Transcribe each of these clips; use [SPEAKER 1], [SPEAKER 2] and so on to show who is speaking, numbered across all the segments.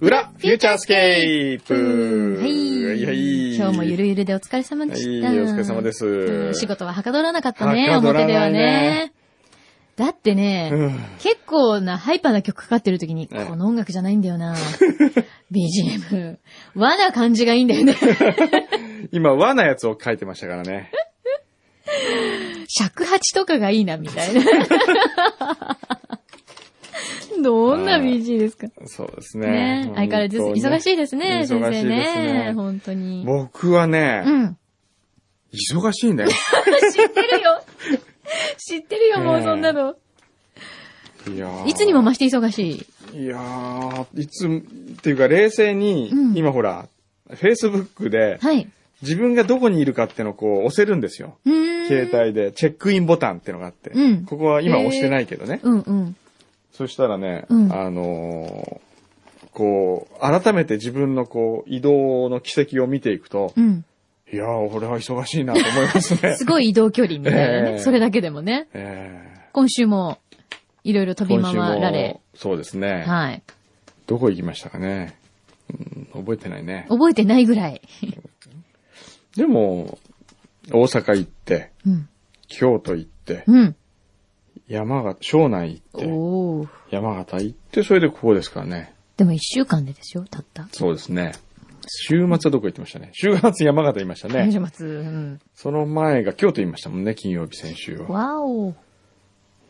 [SPEAKER 1] 裏、フューチャースケープ
[SPEAKER 2] はい。
[SPEAKER 1] はいはい。
[SPEAKER 2] 今日もゆる
[SPEAKER 1] い
[SPEAKER 2] ゆるでお疲れ様でした。
[SPEAKER 1] はい、お疲れ様で
[SPEAKER 2] う
[SPEAKER 1] す。
[SPEAKER 2] ん仕事ははかどらなかったね、
[SPEAKER 1] はかどら
[SPEAKER 2] 表
[SPEAKER 1] ないね
[SPEAKER 2] ではね。だってね、
[SPEAKER 1] うん
[SPEAKER 2] 結構なハイパーな曲かかってる時に、
[SPEAKER 1] ええ
[SPEAKER 2] この音楽じゃないんだよな。BGM。和な感じがいいんだよね。
[SPEAKER 1] 今、和なやつを書いてましたからね。
[SPEAKER 2] 尺八とかがいいな、みた いな。どんな BG ですか
[SPEAKER 1] そうですね
[SPEAKER 2] ね。相変わらず忙しいですね、先
[SPEAKER 1] 忙し
[SPEAKER 2] 生
[SPEAKER 1] いですね
[SPEAKER 2] ね。本当に。
[SPEAKER 1] 僕はね
[SPEAKER 2] う、ん。
[SPEAKER 1] 忙しい んだよ。
[SPEAKER 2] 知ってるよ。知ってるよ、もうそんなの。
[SPEAKER 1] いやー
[SPEAKER 2] いつにも増して忙しい。
[SPEAKER 1] いやーいつ、っていうか冷静に
[SPEAKER 2] うん、
[SPEAKER 1] 今ほら、Facebook で
[SPEAKER 2] はい。
[SPEAKER 1] 自分がどこにいるかってのをこう押せるんですよ。
[SPEAKER 2] うーん。
[SPEAKER 1] 携。帯で、チェックインボタンってのがあって
[SPEAKER 2] うん。
[SPEAKER 1] ここは今押してないけどね。
[SPEAKER 2] うんうん。
[SPEAKER 1] そしたらね、
[SPEAKER 2] うん
[SPEAKER 1] あのーこう、改めて自分のこう、移動の軌跡を見ていくと
[SPEAKER 2] う、ん。
[SPEAKER 1] いやー、俺は忙しいなと思います ね
[SPEAKER 2] す。ごい移動距離みたいなね。
[SPEAKER 1] ええ
[SPEAKER 2] それだけでもね。
[SPEAKER 1] え
[SPEAKER 2] 今週も、いろいろ
[SPEAKER 1] ー
[SPEAKER 2] 飛び回られ。、
[SPEAKER 1] そうですね、
[SPEAKER 2] はい。
[SPEAKER 1] どこ行きましたかね。うん、覚えてないね。
[SPEAKER 2] 覚えてないぐらい。
[SPEAKER 1] でも、大阪行って、
[SPEAKER 2] うん。
[SPEAKER 1] 京都行って、
[SPEAKER 2] うん。
[SPEAKER 1] 山形、庄内行って、
[SPEAKER 2] おお。
[SPEAKER 1] 山形行って、それでここですからね。
[SPEAKER 2] でも一週間でですよ、たった。
[SPEAKER 1] そうですね。週末はどこ行ってましたね。週末山形いました
[SPEAKER 2] ね。
[SPEAKER 1] ね。
[SPEAKER 2] 週末。うん。
[SPEAKER 1] その前が京都いましたもんね、金曜日先週は。
[SPEAKER 2] わお。す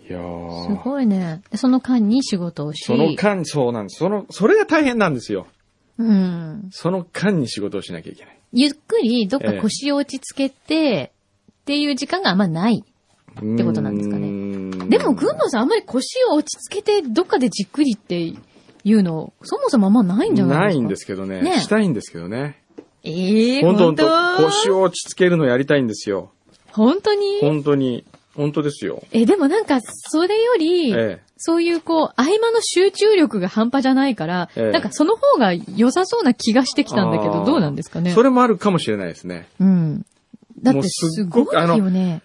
[SPEAKER 1] いやー
[SPEAKER 2] ごいね。でその間に仕事をし。
[SPEAKER 1] その間、そうなんです。その、それが大変なんですよ。
[SPEAKER 2] うん。
[SPEAKER 1] その間に仕事をしなきゃいけない。
[SPEAKER 2] ゆっくりどっか腰を落ち着けて、っていう時間があんまない。
[SPEAKER 1] って
[SPEAKER 2] ことなんですかね
[SPEAKER 1] ね
[SPEAKER 2] でも、群馬さん、あんまり腰を落ち着けて、どっかでじっくりっていうの、そもそもあんまないんじゃな
[SPEAKER 1] ない
[SPEAKER 2] です
[SPEAKER 1] い
[SPEAKER 2] か
[SPEAKER 1] んですけどね。
[SPEAKER 2] ね
[SPEAKER 1] したいんですけどね。
[SPEAKER 2] ええー、
[SPEAKER 1] 本当本
[SPEAKER 2] 本
[SPEAKER 1] 当
[SPEAKER 2] 当
[SPEAKER 1] 腰を落ち着けるのやりたいんですよ。
[SPEAKER 2] 本当に
[SPEAKER 1] 本当に。本当ですよ。
[SPEAKER 2] え、でもなんか、それより、
[SPEAKER 1] え
[SPEAKER 2] そういうこう、合間の集中力が半端じゃないから、
[SPEAKER 1] ええ
[SPEAKER 2] なんかその方が良さそうな気がしてきたんだけ
[SPEAKER 1] あ
[SPEAKER 2] ど、
[SPEAKER 1] ー
[SPEAKER 2] どうなんですか
[SPEAKER 1] え。
[SPEAKER 2] ね
[SPEAKER 1] それもあるかもしれないですね。
[SPEAKER 2] うん。だって
[SPEAKER 1] もうす
[SPEAKER 2] す
[SPEAKER 1] っご
[SPEAKER 2] ご
[SPEAKER 1] く
[SPEAKER 2] いよね。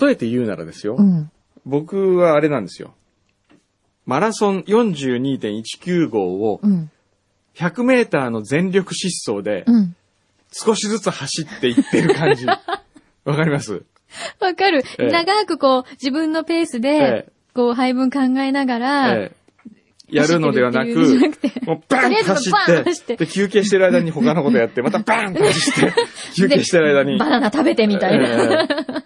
[SPEAKER 1] 例えて言うならですよ。
[SPEAKER 2] うん。
[SPEAKER 1] 僕はあれなんですよ。マラソン42.195を
[SPEAKER 2] うん。
[SPEAKER 1] 100メーターの全力疾走で
[SPEAKER 2] うん。
[SPEAKER 1] 少しずつ走っていってる感 じ。わかります
[SPEAKER 2] わかる。
[SPEAKER 1] ええ
[SPEAKER 2] 長くこう、自分のペースで、
[SPEAKER 1] ええ
[SPEAKER 2] こう、配分考えながら、
[SPEAKER 1] ええやるのではな
[SPEAKER 2] 走ってる
[SPEAKER 1] く
[SPEAKER 2] っていうのじゃなくて、
[SPEAKER 1] もうバ
[SPEAKER 2] と
[SPEAKER 1] ン
[SPEAKER 2] りあ
[SPEAKER 1] と
[SPEAKER 2] えず
[SPEAKER 1] 走
[SPEAKER 2] バーン走
[SPEAKER 1] っ、
[SPEAKER 2] ってて
[SPEAKER 1] で、休憩してる間に他のことやって、またバーンと走って、休憩してる間に。
[SPEAKER 2] バナナ食べてみたいな。
[SPEAKER 1] ええ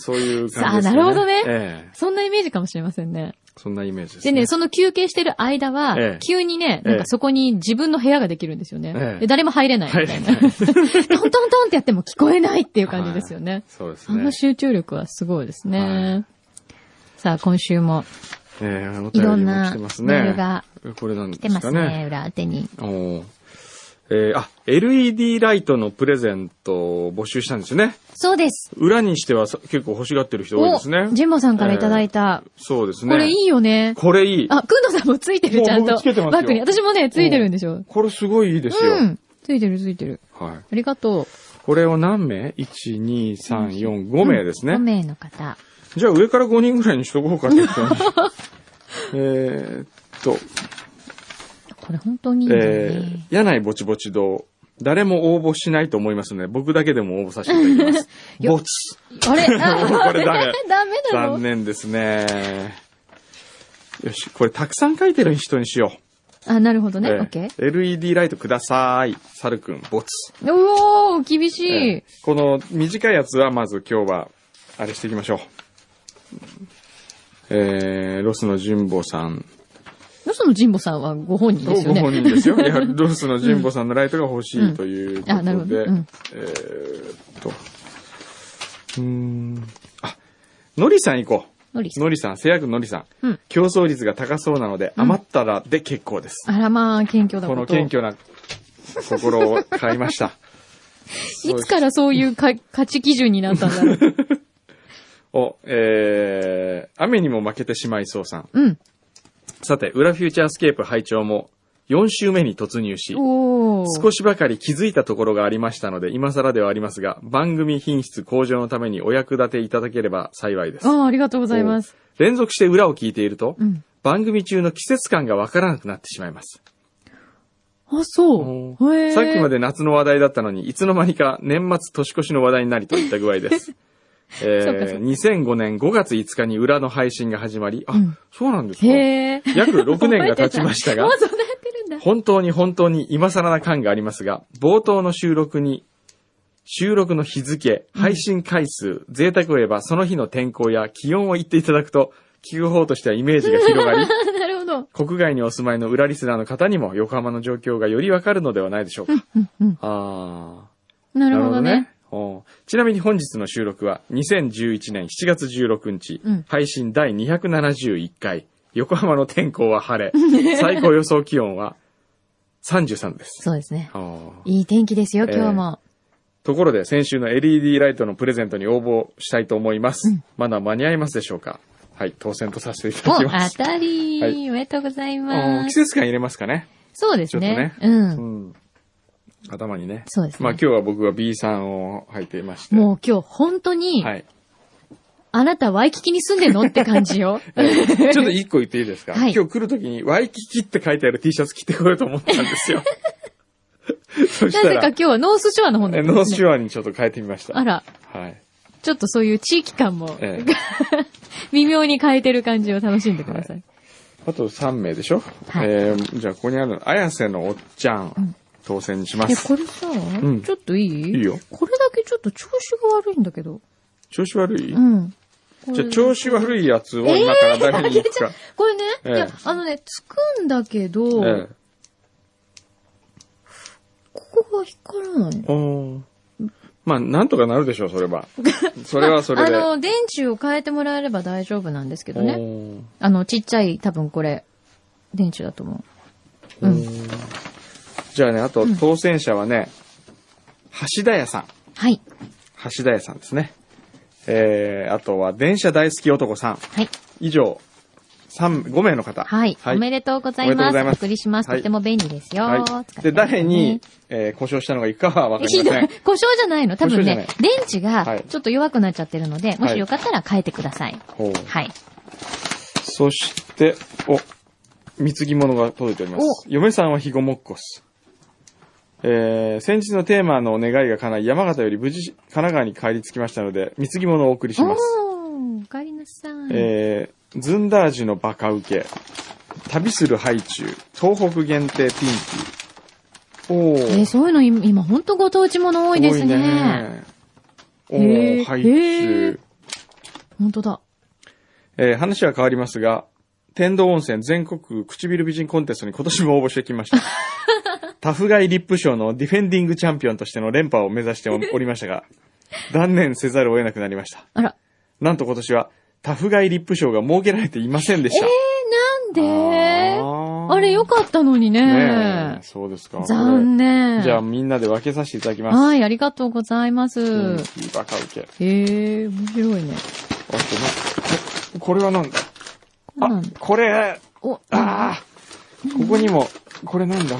[SPEAKER 1] そういう感じです、ね。
[SPEAKER 2] さあなるほどね
[SPEAKER 1] ええ
[SPEAKER 2] そんなイメージかもしれませんね。
[SPEAKER 1] そんなイメージです、
[SPEAKER 2] でね、その休憩してる間は、
[SPEAKER 1] ええ
[SPEAKER 2] 急にね、
[SPEAKER 1] ええ
[SPEAKER 2] なんかそこに自分の部屋ができるんですよね。
[SPEAKER 1] ええ
[SPEAKER 2] で誰も入れないみたいな。
[SPEAKER 1] 入れない
[SPEAKER 2] トントントンってやっても聞こえないっていう感じですよね。
[SPEAKER 1] はいそうです
[SPEAKER 2] あの
[SPEAKER 1] ね。
[SPEAKER 2] 集中力はすごいですね。
[SPEAKER 1] は
[SPEAKER 2] さあ、今週も
[SPEAKER 1] ええあの
[SPEAKER 2] いろ
[SPEAKER 1] 便
[SPEAKER 2] ん
[SPEAKER 1] りも来
[SPEAKER 2] な
[SPEAKER 1] て
[SPEAKER 2] メ
[SPEAKER 1] ます
[SPEAKER 2] ール
[SPEAKER 1] ね。
[SPEAKER 2] が
[SPEAKER 1] これなんで
[SPEAKER 2] 来てます
[SPEAKER 1] か
[SPEAKER 2] す
[SPEAKER 1] ね
[SPEAKER 2] ね、。裏当てに。
[SPEAKER 1] おーえーあ、LED ライトのプレゼントを募集したんですよね。
[SPEAKER 2] そうです。
[SPEAKER 1] 裏にしてはさ結構欲しがってる人多いですね
[SPEAKER 2] お。ジンボさんからいただいた。
[SPEAKER 1] そうですね。
[SPEAKER 2] これいいよね。
[SPEAKER 1] これいい。
[SPEAKER 2] あ、くんどさんもついてる、ちゃん
[SPEAKER 1] もう
[SPEAKER 2] と。
[SPEAKER 1] 僕つけてますよ
[SPEAKER 2] バッグに。私もね、ついてるんでしょ。
[SPEAKER 1] これすごいいいですよ。
[SPEAKER 2] うん。ついてる、ついてる。
[SPEAKER 1] はい。
[SPEAKER 2] ありがとう。
[SPEAKER 1] これを何名 ?1、2、3、4、5名ですね。
[SPEAKER 2] 5名の方。
[SPEAKER 1] じゃあ上から5人ぐらいにしとこうかってこと にえーっと、
[SPEAKER 2] これ本当にいいんだよ
[SPEAKER 1] えー
[SPEAKER 2] ね。、
[SPEAKER 1] 柳井ぼちぼち堂。誰も応募しないと思いますので、僕だけでも応募させていただきます。
[SPEAKER 2] よ
[SPEAKER 1] ぼつ。
[SPEAKER 2] あれ
[SPEAKER 1] これダメ
[SPEAKER 2] ダメなの
[SPEAKER 1] 残念ですね。よし、これたくさん書いてる人にしよ
[SPEAKER 2] あ、なるほど
[SPEAKER 1] う。
[SPEAKER 2] ね。
[SPEAKER 1] え
[SPEAKER 2] オ
[SPEAKER 1] え
[SPEAKER 2] ッケー。
[SPEAKER 1] LED ライトください。サルくん、ボツ。
[SPEAKER 2] おー、厳し
[SPEAKER 1] え
[SPEAKER 2] い
[SPEAKER 1] え。この短いやつはまず今日は、あれしていきましょう。えー、ロスの神保さん。
[SPEAKER 2] よその神保さんはご本人ですよね。
[SPEAKER 1] ご本人ですよ。い や、ロスの神保さんのライトが欲しいということで。
[SPEAKER 2] うんあなるほどうん
[SPEAKER 1] えーっと。うーん。あ、のりさん行こう。
[SPEAKER 2] のりさん
[SPEAKER 1] のりさん、製薬のりさん。
[SPEAKER 2] うん
[SPEAKER 1] 競争率が高そうなので、余ったらで結構です。
[SPEAKER 2] あらまあ、謙虚だ
[SPEAKER 1] こ
[SPEAKER 2] こ
[SPEAKER 1] の
[SPEAKER 2] と。
[SPEAKER 1] 謙虚な心を買いました。
[SPEAKER 2] いつからそういうか価値基準になったん だろう。
[SPEAKER 1] お、えー、雨にも負けてしまいそうさん。
[SPEAKER 2] うん。
[SPEAKER 1] さて、裏フューチャースケープ拝聴も4週目に突入し、
[SPEAKER 2] おー。
[SPEAKER 1] 少しばかり気づいたところがありましたので、今更ではありますが、番組品質向上のためにお役立ていただければ幸いです。
[SPEAKER 2] あーありがとうございます。
[SPEAKER 1] 連続して裏を聞いていると、
[SPEAKER 2] うん。
[SPEAKER 1] 番組中の季節感がわからなくなってしまいます。
[SPEAKER 2] あ、そう。へえ。
[SPEAKER 1] さっきま
[SPEAKER 2] で。
[SPEAKER 1] で夏の話題だったのに、いつの間にか年末年越しの話題になりといった具合 です。え
[SPEAKER 2] そうかそ
[SPEAKER 1] ー、
[SPEAKER 2] うか
[SPEAKER 1] 2005年5月5日に裏の配信が始まり、あ、
[SPEAKER 2] うん
[SPEAKER 1] そうなんですか。
[SPEAKER 2] へえ。
[SPEAKER 1] 約6年が経ちましたが
[SPEAKER 2] もう、そんなやってるんだ。
[SPEAKER 1] 本当に本当に今更な感がありますが、冒頭の収録に、収録の日付、配信回数、贅沢を言えばその日の天候や気温を言っていただくと、聞く方としてはイメージが広がり、
[SPEAKER 2] なるほど。
[SPEAKER 1] 国外にお住まいの裏リスナーの方にも横浜の状況がよりわかるのではないでしょうか。
[SPEAKER 2] うんうん。
[SPEAKER 1] あ
[SPEAKER 2] な
[SPEAKER 1] ー。
[SPEAKER 2] るほどね。
[SPEAKER 1] おうちなみに本日の収録は2011年7月16日、
[SPEAKER 2] うん
[SPEAKER 1] 配信第271回、横浜の天候は晴 れ、最高予想気温は33度です。
[SPEAKER 2] そうですね。
[SPEAKER 1] おう
[SPEAKER 2] いい天気ですよ、
[SPEAKER 1] ええ
[SPEAKER 2] 今日も。
[SPEAKER 1] ところで先週の LED ライトのプレゼントに応募したいと思います。
[SPEAKER 2] うん
[SPEAKER 1] まだ間に合いますでしょうかはい、当選とさせていただ
[SPEAKER 2] お、
[SPEAKER 1] きます
[SPEAKER 2] 当。たり、
[SPEAKER 1] はい
[SPEAKER 2] おめでとうござい
[SPEAKER 1] おう
[SPEAKER 2] ま
[SPEAKER 1] 季
[SPEAKER 2] す。
[SPEAKER 1] 節感入れますかね。
[SPEAKER 2] そうですね。
[SPEAKER 1] ち
[SPEAKER 2] う。
[SPEAKER 1] うんん。頭にね。
[SPEAKER 2] そうですね
[SPEAKER 1] まあ今日は僕は B さんを履いていまして。
[SPEAKER 2] もう今日本当に、
[SPEAKER 1] はい。
[SPEAKER 2] あなたワイキキに住んでんのって感じよ。
[SPEAKER 1] えーちょっと一個言っていいですか、
[SPEAKER 2] はい
[SPEAKER 1] 今日来るときにワイキキって書いてある T シャツ着てこようと思ったんです よ。そ
[SPEAKER 2] な
[SPEAKER 1] した
[SPEAKER 2] ぜか
[SPEAKER 1] ら、
[SPEAKER 2] 今日はノースショアの方
[SPEAKER 1] え
[SPEAKER 2] なんです、ね。
[SPEAKER 1] ノースシュアにちょっと変えてみました。
[SPEAKER 2] あら、
[SPEAKER 1] はい。
[SPEAKER 2] ちょっとそういう地域感も、
[SPEAKER 1] え
[SPEAKER 2] 微妙に変えてる感じを楽しんでください。
[SPEAKER 1] あと3名でしょ、
[SPEAKER 2] はい
[SPEAKER 1] えーじゃあここにある、綾瀬のおっちゃん、当選しま
[SPEAKER 2] いや、
[SPEAKER 1] す。
[SPEAKER 2] これさ、
[SPEAKER 1] ん
[SPEAKER 2] ちょっといい
[SPEAKER 1] いいよ
[SPEAKER 2] これだけちょっと調子が悪いんだけど。
[SPEAKER 1] 調子悪い、
[SPEAKER 2] うん。これ
[SPEAKER 1] じゃあ調子悪いやつを今から誰に行くか。
[SPEAKER 2] これね、
[SPEAKER 1] ええ
[SPEAKER 2] いや、あのね、つくんだけど、
[SPEAKER 1] え
[SPEAKER 2] ここが引っからないの
[SPEAKER 1] えおーまあ、なんとかなるでしょう、それ は。それはそれで。
[SPEAKER 2] あの、電池を変えてもらえれば大丈夫なんですけどね。
[SPEAKER 1] ね。
[SPEAKER 2] あの、ちっちゃい、多分これ、電池だと思う。うん。
[SPEAKER 1] じゃあね、あと当選者はね、橋田屋さん。
[SPEAKER 2] はい。
[SPEAKER 1] 橋田屋さんですね。えー、あとは電車大好き男さん。
[SPEAKER 2] はい。
[SPEAKER 1] 以上、三5名の方。
[SPEAKER 2] はい。おめでとうございます。
[SPEAKER 1] おめでとうございます
[SPEAKER 2] お送りします。
[SPEAKER 1] はい
[SPEAKER 2] とても便利ですよ。
[SPEAKER 1] はい。で、誰に、えー故障したのがいいかはわか
[SPEAKER 2] え
[SPEAKER 1] り
[SPEAKER 2] ひ
[SPEAKER 1] ま
[SPEAKER 2] ど
[SPEAKER 1] せ
[SPEAKER 2] い
[SPEAKER 1] ん。。
[SPEAKER 2] 故障じゃないの。多分ね
[SPEAKER 1] 故障、
[SPEAKER 2] 電池
[SPEAKER 1] は
[SPEAKER 2] が
[SPEAKER 1] い
[SPEAKER 2] ちょっと弱くなっちゃってるので、も
[SPEAKER 1] は
[SPEAKER 2] し
[SPEAKER 1] い
[SPEAKER 2] よかったら変えてください。
[SPEAKER 1] ほう
[SPEAKER 2] はい。
[SPEAKER 1] そして、お、貢ぎ物が届いております。嫁さんはひごもっこす。えー、先日のテーマのお願いが叶い、山形より無事神奈川に帰り着きましたので、貢ぎ物をお送りします。
[SPEAKER 2] おー、おかえりなさい。
[SPEAKER 1] えー、ずんだ味のバカウケ、旅するハイチュウ、東北限定ピンキー。おー。
[SPEAKER 2] えーそういうの今、今ほんとご当地もの多いですね。
[SPEAKER 1] 多いね。お
[SPEAKER 2] へ
[SPEAKER 1] ー、
[SPEAKER 2] ー
[SPEAKER 1] ハイチュ
[SPEAKER 2] へー
[SPEAKER 1] ウ。
[SPEAKER 2] ほんとだ。
[SPEAKER 1] えー話は変わりますが、天童温泉全国唇美人コンテストに今年も応募してきま した。タフガイリップ賞のディフェンディングチャンピオンとしての連覇を目指しておおりましたが、断念せざるを得なくなりました。
[SPEAKER 2] あら。
[SPEAKER 1] なんと今年は、タフガイリップ賞が設けられていませんでした。
[SPEAKER 2] えー、なん
[SPEAKER 1] あ
[SPEAKER 2] で
[SPEAKER 1] ー
[SPEAKER 2] あれよかったのに
[SPEAKER 1] ね
[SPEAKER 2] ね
[SPEAKER 1] え。そうですか。
[SPEAKER 2] 残念。
[SPEAKER 1] じゃあみんなで分けさせていただきます。
[SPEAKER 2] はい、ありがとうございます。
[SPEAKER 1] うんバカウケ。
[SPEAKER 2] へえ、面白いね。
[SPEAKER 1] あとなえこれはなんだ
[SPEAKER 2] こんな
[SPEAKER 1] あ
[SPEAKER 2] ん、
[SPEAKER 1] これ、
[SPEAKER 2] お、
[SPEAKER 1] ああ、ここにも、これなんだ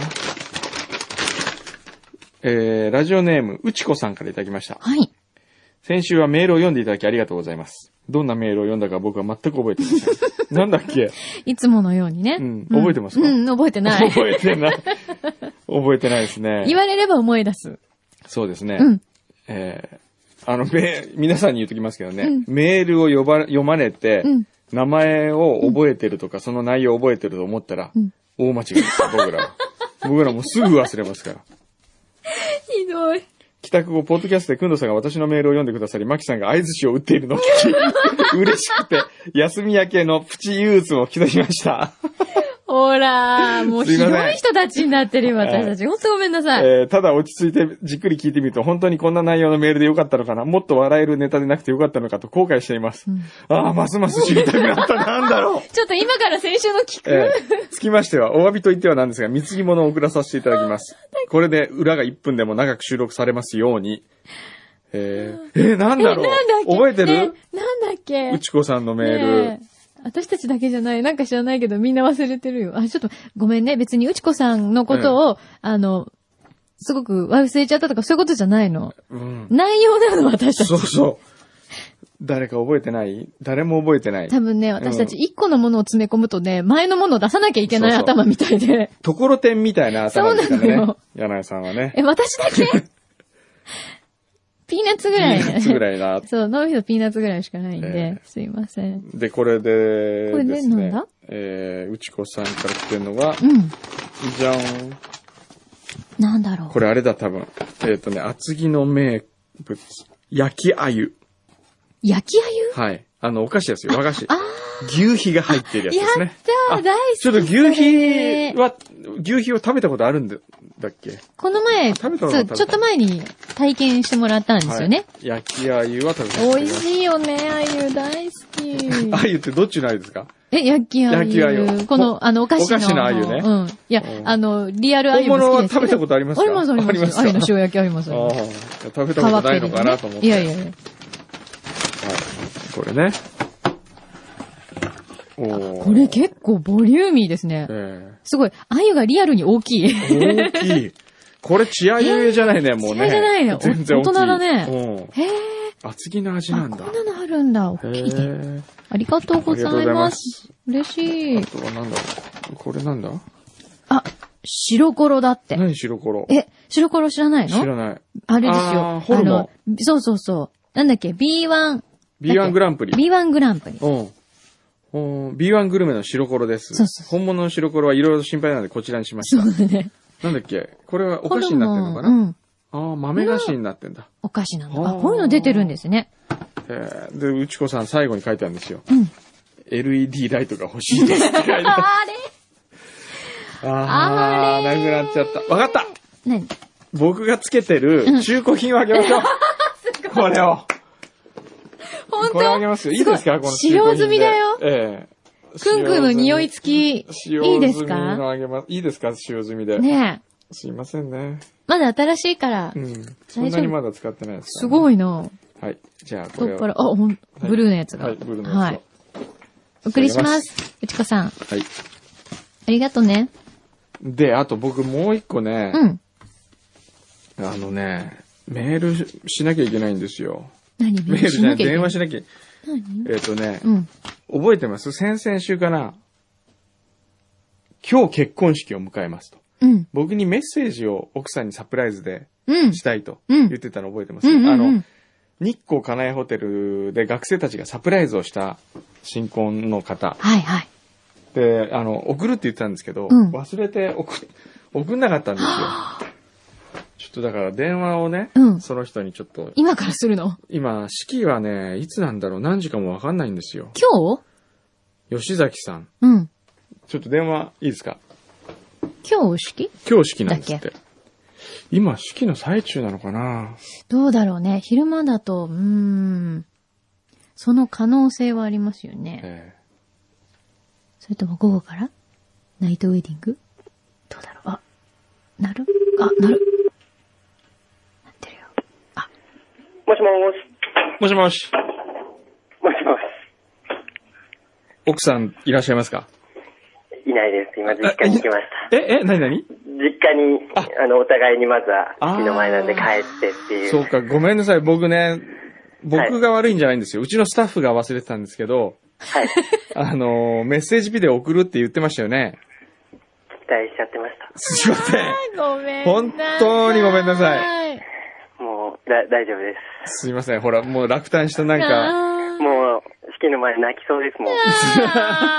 [SPEAKER 1] えー、ラジオネーム、うちこさんからいただきました。
[SPEAKER 2] はい。
[SPEAKER 1] 先週はメールを読んでいただきありがとうございます。どんなメールを読んだか僕は全く覚えていません。 なんだっけ
[SPEAKER 2] いつものようにね。
[SPEAKER 1] うん覚えてますか
[SPEAKER 2] うん、覚えてない。
[SPEAKER 1] 覚えてない。覚えてないですね
[SPEAKER 2] 言。われれば思い出す。
[SPEAKER 1] そうですね。
[SPEAKER 2] うん。
[SPEAKER 1] えー、あの、め、皆さんに言っときますけどね、
[SPEAKER 2] うん
[SPEAKER 1] メールを呼ば、読まれて、
[SPEAKER 2] うん
[SPEAKER 1] 名前を覚えてるとか、その内容を覚えてると思ったら、
[SPEAKER 2] うん
[SPEAKER 1] 大間違いです、僕 らは。僕らもうすぐ忘れますから。
[SPEAKER 2] ひどい。
[SPEAKER 1] 帰宅後、ポッドキャストで、くんどさんが私のメールを読んでくださり、まきさんが合図を打っているのを聞き、嬉しくて、休み明けのプチ憂鬱も気取りました。
[SPEAKER 2] ほ ら、もう
[SPEAKER 1] すい
[SPEAKER 2] ひ
[SPEAKER 1] ま
[SPEAKER 2] ど
[SPEAKER 1] せん
[SPEAKER 2] い人たちになってるよ、私たち。ほんとごめんなさい。
[SPEAKER 1] えーただ落ち着いてじっくり聞いてみると、本当にこんな内容のメールでよかったのかなもっと笑えるネタでなくてよかったのかと後悔しています。
[SPEAKER 2] ん
[SPEAKER 1] ああ、ますます知りたくなった。なんだ ろう。
[SPEAKER 2] ちょっと今から先週の聞く。
[SPEAKER 1] えーつきましては、お詫びと言ってはなんですが、貢ぎ物を送らさせていただきます。これで裏が1分でも長く収録されますように。えー、えーなん
[SPEAKER 2] え
[SPEAKER 1] だろう
[SPEAKER 2] なんだっけ
[SPEAKER 1] 覚えてる、
[SPEAKER 2] えなんだっけ
[SPEAKER 1] うちこさんのメール。
[SPEAKER 2] ねえ私たちだけじゃない。なんか知らないけど、みんな忘れてるよ。あ、ちょっと、ごめんね。別にうちこさんのことを、あの、すごく忘れちゃったとかそういうことじゃないの。
[SPEAKER 1] うん。
[SPEAKER 2] 内容なの、私たち。
[SPEAKER 1] そうそう。誰か覚えてない誰も覚えてない。
[SPEAKER 2] 多分ね、私たち一個のものを詰め込むとね、前のものを出さなきゃいけない頭みたいで。
[SPEAKER 1] ところてんみたいな頭ですから
[SPEAKER 2] そうなの
[SPEAKER 1] ね
[SPEAKER 2] よ。
[SPEAKER 1] 柳井さんはね。
[SPEAKER 2] え、私だけピーナッツぐらい。
[SPEAKER 1] ピーナッツぐらいな。
[SPEAKER 2] そう、ノーヒドピーナッツぐらいしかないんで、
[SPEAKER 1] え
[SPEAKER 2] すいません。
[SPEAKER 1] で、これで、
[SPEAKER 2] これで
[SPEAKER 1] ですね、
[SPEAKER 2] なんだ
[SPEAKER 1] えー、うちこさんから来てるのが、
[SPEAKER 2] うん。
[SPEAKER 1] じゃん。
[SPEAKER 2] なんだろう。
[SPEAKER 1] これあれだ、多分。えっ、とね、厚木の名物。焼き鮎。
[SPEAKER 2] 焼き鮎
[SPEAKER 1] はい。あの、お菓子ですよ、和菓子。牛皮が入ってるやつ
[SPEAKER 2] や
[SPEAKER 1] で
[SPEAKER 2] っ
[SPEAKER 1] す
[SPEAKER 2] た
[SPEAKER 1] ね。
[SPEAKER 2] ー、
[SPEAKER 1] あ
[SPEAKER 2] 大好き。
[SPEAKER 1] ちょっと牛皮
[SPEAKER 2] は。
[SPEAKER 1] は、牛皮を食べたことあるんだだっけ
[SPEAKER 2] この前、
[SPEAKER 1] 食べたの
[SPEAKER 2] そう、ちょっと前に体験してもらったんですよね。
[SPEAKER 1] はい、焼き鮎は食べたことあ
[SPEAKER 2] 美
[SPEAKER 1] り
[SPEAKER 2] 味
[SPEAKER 1] ます。
[SPEAKER 2] しいよね、鮎大好き。
[SPEAKER 1] 鮎ってどっちの鮎ですか
[SPEAKER 2] え、焼き鮎。
[SPEAKER 1] 焼き鮎
[SPEAKER 2] この、あの、お菓子の。
[SPEAKER 1] お菓子の鮎ね
[SPEAKER 2] うん。いや
[SPEAKER 1] う、ん
[SPEAKER 2] あの、リアル
[SPEAKER 1] 本
[SPEAKER 2] 鮎も
[SPEAKER 1] 物
[SPEAKER 2] 好き
[SPEAKER 1] は
[SPEAKER 2] ですけ
[SPEAKER 1] 食
[SPEAKER 2] ど。
[SPEAKER 1] べたことありますか
[SPEAKER 2] あります、あります。
[SPEAKER 1] あり
[SPEAKER 2] 鮎の
[SPEAKER 1] ますか
[SPEAKER 2] 塩焼きあります。あ
[SPEAKER 1] あ
[SPEAKER 2] り
[SPEAKER 1] あ
[SPEAKER 2] ま
[SPEAKER 1] ー、
[SPEAKER 2] す
[SPEAKER 1] 食べたことないのかなと思って。
[SPEAKER 2] いやいやいや。
[SPEAKER 1] これね。おー
[SPEAKER 2] これ結構ボリューミーですね
[SPEAKER 1] え。え
[SPEAKER 2] すごい。鮎がリアルに大きい。
[SPEAKER 1] 大きい。これ、血合いゆえじゃないね、もうね。
[SPEAKER 2] 血合いじゃないの
[SPEAKER 1] 全然大きい。
[SPEAKER 2] 大人だね
[SPEAKER 1] うん。
[SPEAKER 2] へえ。
[SPEAKER 1] 厚木の味な
[SPEAKER 2] あ、
[SPEAKER 1] んだ
[SPEAKER 2] こん。なのあるんだ。大
[SPEAKER 1] へ
[SPEAKER 2] きいね。
[SPEAKER 1] え。
[SPEAKER 2] ありがとうござい
[SPEAKER 1] ありがとうござい
[SPEAKER 2] ま
[SPEAKER 1] ますす。
[SPEAKER 2] 嬉しい
[SPEAKER 1] あ。とはなんだこれなんだ
[SPEAKER 2] あ、白コロだって。
[SPEAKER 1] 何白コロ
[SPEAKER 2] え、白コロ知らないの
[SPEAKER 1] 知らない。
[SPEAKER 2] あれです
[SPEAKER 1] あー
[SPEAKER 2] よ。
[SPEAKER 1] ホルモン
[SPEAKER 2] の、そうそうそう。なんだっけ ?B1、
[SPEAKER 1] B1 グランプリ。
[SPEAKER 2] B1 グランプリ。
[SPEAKER 1] うん。おー B1 グルメの白コロです。
[SPEAKER 2] そうそう
[SPEAKER 1] 本物の白コロはいろいろ心配なのでこちらにしまし
[SPEAKER 2] そう
[SPEAKER 1] た。
[SPEAKER 2] だね。
[SPEAKER 1] なんだっけこれはお
[SPEAKER 2] ホ
[SPEAKER 1] 菓
[SPEAKER 2] ル
[SPEAKER 1] 子になってるの
[SPEAKER 2] モ
[SPEAKER 1] か
[SPEAKER 2] ン、
[SPEAKER 1] な、
[SPEAKER 2] うん。
[SPEAKER 1] ああ、豆菓子になってんだ。
[SPEAKER 2] お菓子なんだ。あ、
[SPEAKER 1] はあ
[SPEAKER 2] こういうの出てるんですね。
[SPEAKER 1] えーで、うちこさん最後に書いてあるんですよ。
[SPEAKER 2] うん。
[SPEAKER 1] LED ライトが欲しいですって書いて ある。
[SPEAKER 2] あれ
[SPEAKER 1] あ
[SPEAKER 2] あ
[SPEAKER 1] あ、
[SPEAKER 2] れ
[SPEAKER 1] なくなっちゃった。わかった
[SPEAKER 2] 何
[SPEAKER 1] 僕がつけてる中古品をあげま しょう。これを。
[SPEAKER 2] 本
[SPEAKER 1] これをあげますよ。いいですかこの中
[SPEAKER 2] 使
[SPEAKER 1] 古品
[SPEAKER 2] 用
[SPEAKER 1] で
[SPEAKER 2] 済みだよ。
[SPEAKER 1] ええ
[SPEAKER 2] くんくんの匂い付き、い
[SPEAKER 1] 使用済み
[SPEAKER 2] いです
[SPEAKER 1] 使用済み
[SPEAKER 2] か
[SPEAKER 1] のあげます。いいですか使用済みで。
[SPEAKER 2] ねえ。
[SPEAKER 1] すいませんね。
[SPEAKER 2] まだ新しいから
[SPEAKER 1] う。ん。そんなにまだ使ってないです、
[SPEAKER 2] すご
[SPEAKER 1] い。
[SPEAKER 2] いな。
[SPEAKER 1] はい。じゃあ、こ
[SPEAKER 2] 太
[SPEAKER 1] れ
[SPEAKER 2] っ
[SPEAKER 1] を。
[SPEAKER 2] 腹。あ、ほん、ブルーのやつが。
[SPEAKER 1] はい、ブルーのやつを。
[SPEAKER 2] は
[SPEAKER 1] はいい。。
[SPEAKER 2] お送りします。うちこさん、ありがとね。
[SPEAKER 1] で、あと僕もう一個ね、
[SPEAKER 2] うん。
[SPEAKER 1] あのね、メールししなきゃいけないんですよ。
[SPEAKER 2] 何
[SPEAKER 1] メールじゃない、電話
[SPEAKER 2] し
[SPEAKER 1] しなきゃ。
[SPEAKER 2] なきゃいけない
[SPEAKER 1] えっ、とね、
[SPEAKER 2] 何うん。
[SPEAKER 1] 覚えてます先々週かな今日結婚式を迎えますと。
[SPEAKER 2] うん。
[SPEAKER 1] 僕にメッセージを奥さんにサプライズで
[SPEAKER 2] うん。
[SPEAKER 1] したいと
[SPEAKER 2] うん
[SPEAKER 1] 言ってたの覚えてます、
[SPEAKER 2] うん。
[SPEAKER 1] あ
[SPEAKER 2] うん
[SPEAKER 1] の、日光金谷ホテルで学生たちがサプライズをした新婚の方。
[SPEAKER 2] はいはい。
[SPEAKER 1] で、あの、送るって言ってたんですけど、
[SPEAKER 2] うん
[SPEAKER 1] 忘れて送、送んなかったんですよ。ちょっとだから電話をね、
[SPEAKER 2] うん
[SPEAKER 1] その人にちょっと、
[SPEAKER 2] 今からするの
[SPEAKER 1] 今、式はね、いつなんだろう、何時かもわかんないんですよ。
[SPEAKER 2] 今日
[SPEAKER 1] 吉崎さん。
[SPEAKER 2] うん。
[SPEAKER 1] ちょっと電話いいですか
[SPEAKER 2] 今日式
[SPEAKER 1] 今日式なんですっ
[SPEAKER 2] だ
[SPEAKER 1] て。今、式の最中なのかな
[SPEAKER 2] どうだろうね。昼間だと、うーん。その可能性はありますよね。
[SPEAKER 1] え
[SPEAKER 2] それとも午後からナイトウェディングどうだろうあ、なるあ、なる。なってるよ。
[SPEAKER 3] もしもーし。
[SPEAKER 1] えもしもし、
[SPEAKER 3] もしもし。
[SPEAKER 1] 奥さんいらっしゃいますか
[SPEAKER 3] いないです。今、実家に来ました。
[SPEAKER 1] え、え、なになに
[SPEAKER 3] 実家に、
[SPEAKER 1] あ
[SPEAKER 3] あの、お互いにまずは、
[SPEAKER 1] あー
[SPEAKER 3] 月の前なんで帰ってっていう。
[SPEAKER 1] そうか、ごめんなさい、僕ね、僕が悪いんじゃないんですよ。うちのスタッフが忘れてたんですけど、
[SPEAKER 3] はい。期
[SPEAKER 1] あのー、メッセージビデオ送るって言ってましたよね。
[SPEAKER 3] 待しちゃってました。
[SPEAKER 1] すいません。
[SPEAKER 2] ご
[SPEAKER 1] ん
[SPEAKER 2] め
[SPEAKER 1] なさい本当にごめんなさ
[SPEAKER 2] い。
[SPEAKER 3] もう、だ、大丈夫です。
[SPEAKER 1] すいません。ほら、もう落胆したなんか、
[SPEAKER 2] ん
[SPEAKER 3] もう、式の前泣きそうですもん。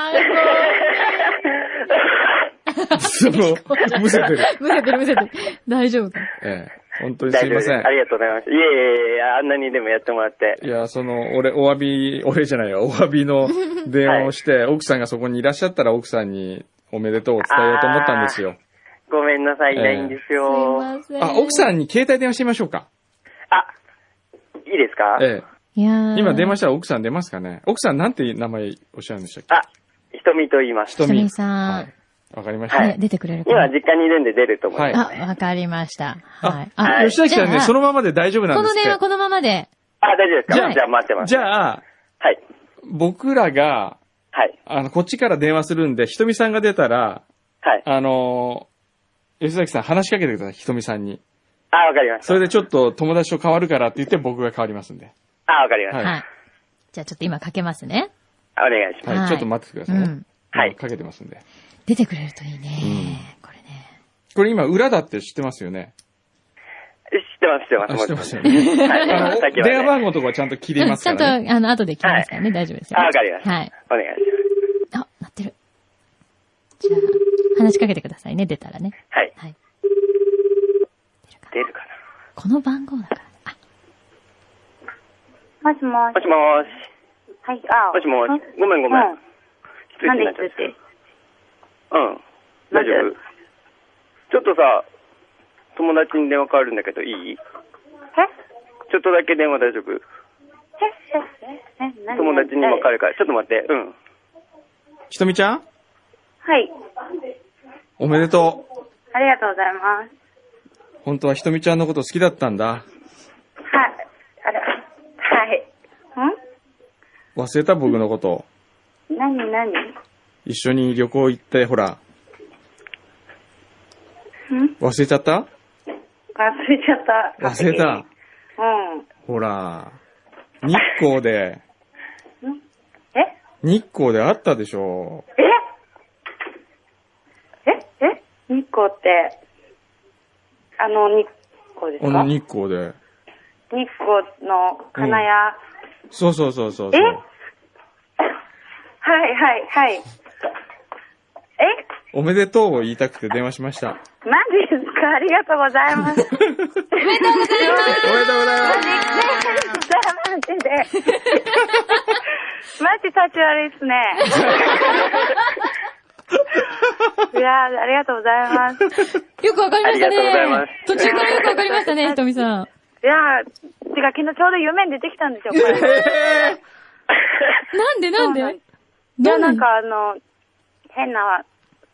[SPEAKER 1] その、むせてる。
[SPEAKER 2] むせてるむせてる。大丈夫か。
[SPEAKER 1] ええ、本当にす
[SPEAKER 3] 大
[SPEAKER 1] い
[SPEAKER 3] 丈夫
[SPEAKER 1] ま
[SPEAKER 3] です。
[SPEAKER 1] せん
[SPEAKER 3] あ。りがとうございます。いえいえいえ、あんなにでもやってもらって
[SPEAKER 1] い。や、その、俺、お詫び、お礼じゃないよ、お詫びの電話をして、奥さんがそこにいらっしゃったら奥さんにおめでとうを伝えようと思ったんですよ。
[SPEAKER 3] ごめんなさい、いないんですよ。あ、
[SPEAKER 2] せ
[SPEAKER 1] あ、奥さ
[SPEAKER 2] ん。
[SPEAKER 1] んに携帯電話してみましょうか。
[SPEAKER 3] いいですか
[SPEAKER 1] ええ。
[SPEAKER 2] いや
[SPEAKER 1] 今電話
[SPEAKER 2] し
[SPEAKER 1] したら奥さん出ますかね奥さんなんて名前おっしゃるんでしたっけ
[SPEAKER 3] あ、瞳と言います。
[SPEAKER 2] た
[SPEAKER 1] 瞳
[SPEAKER 2] さん、
[SPEAKER 1] はい。わかりました。
[SPEAKER 2] ね出てくれるか
[SPEAKER 3] 今、
[SPEAKER 2] な
[SPEAKER 3] 実家にいるんで出ると思います。
[SPEAKER 1] は
[SPEAKER 2] あ、わかりました。はい。
[SPEAKER 3] はい
[SPEAKER 1] 吉崎さん
[SPEAKER 2] じゃ
[SPEAKER 1] ね、
[SPEAKER 2] あ
[SPEAKER 1] そのままで大丈夫なん
[SPEAKER 2] こ
[SPEAKER 1] で
[SPEAKER 2] の
[SPEAKER 1] すって。
[SPEAKER 2] 電話このままで。
[SPEAKER 3] あ、大丈夫ですか
[SPEAKER 1] じゃあ
[SPEAKER 3] じゃあ待ってます。
[SPEAKER 1] じゃあ、
[SPEAKER 3] はい。
[SPEAKER 1] 僕らが、
[SPEAKER 3] はい。
[SPEAKER 1] あの、こっちから電話するんで、ひとみさんが出たら、
[SPEAKER 3] はい。
[SPEAKER 1] あのー吉崎さん話しかけてください、ひとみさんに。
[SPEAKER 3] あ、わかりました。
[SPEAKER 1] それでちょっと友達と変わるからって言って僕が変わりますんで。
[SPEAKER 3] あ、わかりました。
[SPEAKER 1] はい
[SPEAKER 2] はい。じゃあちょっと今かけますね。
[SPEAKER 3] お願いしま
[SPEAKER 2] は
[SPEAKER 3] す。
[SPEAKER 1] はいい。ちょっと待っててくださいね。
[SPEAKER 2] うん
[SPEAKER 3] はい
[SPEAKER 1] 今かけてますんで。
[SPEAKER 2] 出てくれるといいね。これね。
[SPEAKER 1] これ今、裏だって知ってますよ ね。
[SPEAKER 3] 知ってます、知ってま
[SPEAKER 1] あ
[SPEAKER 3] す。
[SPEAKER 1] 知ってますよ
[SPEAKER 3] ね。は
[SPEAKER 1] あ
[SPEAKER 3] い、
[SPEAKER 1] の、
[SPEAKER 3] 先
[SPEAKER 1] 電話
[SPEAKER 3] はね。
[SPEAKER 1] 番号とかはちゃんと切れ
[SPEAKER 2] うん
[SPEAKER 1] ます
[SPEAKER 2] ちゃ
[SPEAKER 1] か
[SPEAKER 2] んと、
[SPEAKER 1] らね。
[SPEAKER 2] あの、後で聞きますからね。大丈夫ですよ。
[SPEAKER 3] あわかりました
[SPEAKER 2] はい。
[SPEAKER 3] お願いし
[SPEAKER 2] あ、鳴ってる。じゃあ、話しかけてくださいね。出たらね。
[SPEAKER 3] ます。はい。
[SPEAKER 2] はい。出るか
[SPEAKER 3] 出るか
[SPEAKER 2] この番号だからね。あ、
[SPEAKER 4] もしも
[SPEAKER 3] なも
[SPEAKER 4] し。
[SPEAKER 3] しもーし。
[SPEAKER 4] はい、あ
[SPEAKER 3] もしもし。ごめんごめん。
[SPEAKER 4] うん
[SPEAKER 3] 失
[SPEAKER 4] なん
[SPEAKER 3] 礼にな
[SPEAKER 4] で
[SPEAKER 3] っちゃ
[SPEAKER 4] 言
[SPEAKER 3] っ
[SPEAKER 4] って
[SPEAKER 3] た。うん。大丈
[SPEAKER 4] なん
[SPEAKER 3] 夫
[SPEAKER 4] で。
[SPEAKER 3] ちょっとさ、友達に電話変わるんだけど、いい
[SPEAKER 4] え
[SPEAKER 3] ちょっとだけ電話大丈夫。
[SPEAKER 4] えええ何
[SPEAKER 3] 友達にも変わ
[SPEAKER 4] 誰
[SPEAKER 3] るから。ちょっと待って。うん。
[SPEAKER 1] ひとみちゃん
[SPEAKER 4] はい。
[SPEAKER 1] おめでとう。
[SPEAKER 4] ありがとうございます。
[SPEAKER 1] 本当はひとみちゃんのこと好きだったんだ。
[SPEAKER 4] はい。あれ、はい。
[SPEAKER 1] 忘れた僕のこと。
[SPEAKER 4] ん何何ん
[SPEAKER 1] 一緒に旅行行って、ほら。忘れちゃった
[SPEAKER 4] 忘れちゃった。
[SPEAKER 1] 忘れた。
[SPEAKER 4] うん。
[SPEAKER 1] ほら。日光で、
[SPEAKER 4] え
[SPEAKER 1] 日光で会ったでしょ。
[SPEAKER 4] えええ日光って、あの日光です
[SPEAKER 1] こ
[SPEAKER 4] か
[SPEAKER 1] の
[SPEAKER 4] 日
[SPEAKER 1] 日光で。
[SPEAKER 4] 光の金谷。
[SPEAKER 1] そうそうそうそうそう。
[SPEAKER 4] えはいはいはい。え
[SPEAKER 1] おめでとうを言いたくて電話しました。
[SPEAKER 4] マジですかありがとうござ います。
[SPEAKER 1] おめでとうございます。
[SPEAKER 4] ねえ、マジで。マジ立ち悪いっすね。いやーありがとうございます。
[SPEAKER 2] よくわかりましたね。
[SPEAKER 3] ありがとうございます
[SPEAKER 2] 途中からよくわかりまし たね、ひとみさん。
[SPEAKER 4] いやーてか昨日ちょうど夢に出てきたんですよ、こ れ。
[SPEAKER 1] え
[SPEAKER 2] なんでなんで
[SPEAKER 4] そうなんい
[SPEAKER 2] ど
[SPEAKER 4] や、
[SPEAKER 2] う
[SPEAKER 4] なんかあの、変な、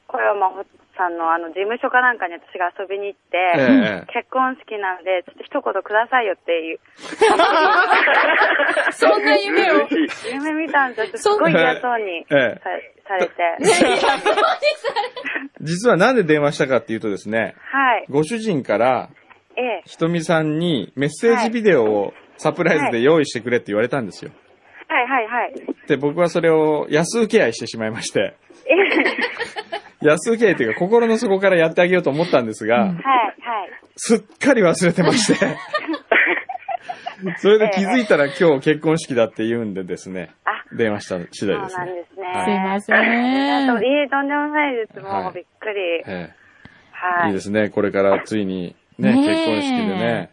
[SPEAKER 4] 小山ほさんのあの、事務所かなんかに私が遊びに行って、
[SPEAKER 1] ええ
[SPEAKER 4] 結婚式なんで、ちょっと一言くださいよっていう、
[SPEAKER 2] そんな夢を。
[SPEAKER 3] 嬉しい。
[SPEAKER 4] 夢見たんですよ。す ごい嫌そうにさ,、
[SPEAKER 1] ええ
[SPEAKER 4] さ れて。
[SPEAKER 1] 実はなんで電話したかっていうとですね、
[SPEAKER 4] はい。
[SPEAKER 1] ご主人から、
[SPEAKER 4] ええ。
[SPEAKER 1] ひとみさんにメッセージビデオをサプライズで用意してくれって言われたんですよ。
[SPEAKER 4] はいはいはい。
[SPEAKER 1] で、僕はそれを安請け合いしてしまいまして、 安請け合いというか心の底からやってあげようと思ったんですが、
[SPEAKER 4] はいはい。
[SPEAKER 1] すっかり忘れてまして、それで気づいたら今日結婚式だって言うんでですね、
[SPEAKER 4] あ
[SPEAKER 1] 電話した次第で
[SPEAKER 4] そ
[SPEAKER 1] す
[SPEAKER 4] うなん
[SPEAKER 1] ね。
[SPEAKER 4] ですね。
[SPEAKER 1] はい
[SPEAKER 2] すいません。
[SPEAKER 4] あと、いい、とんでもないです。もう、
[SPEAKER 1] はい
[SPEAKER 4] びっくり。
[SPEAKER 1] ええ
[SPEAKER 4] はい
[SPEAKER 1] い
[SPEAKER 4] い。
[SPEAKER 1] ですね、これからついにね、
[SPEAKER 2] ねえ
[SPEAKER 1] 結婚式でね。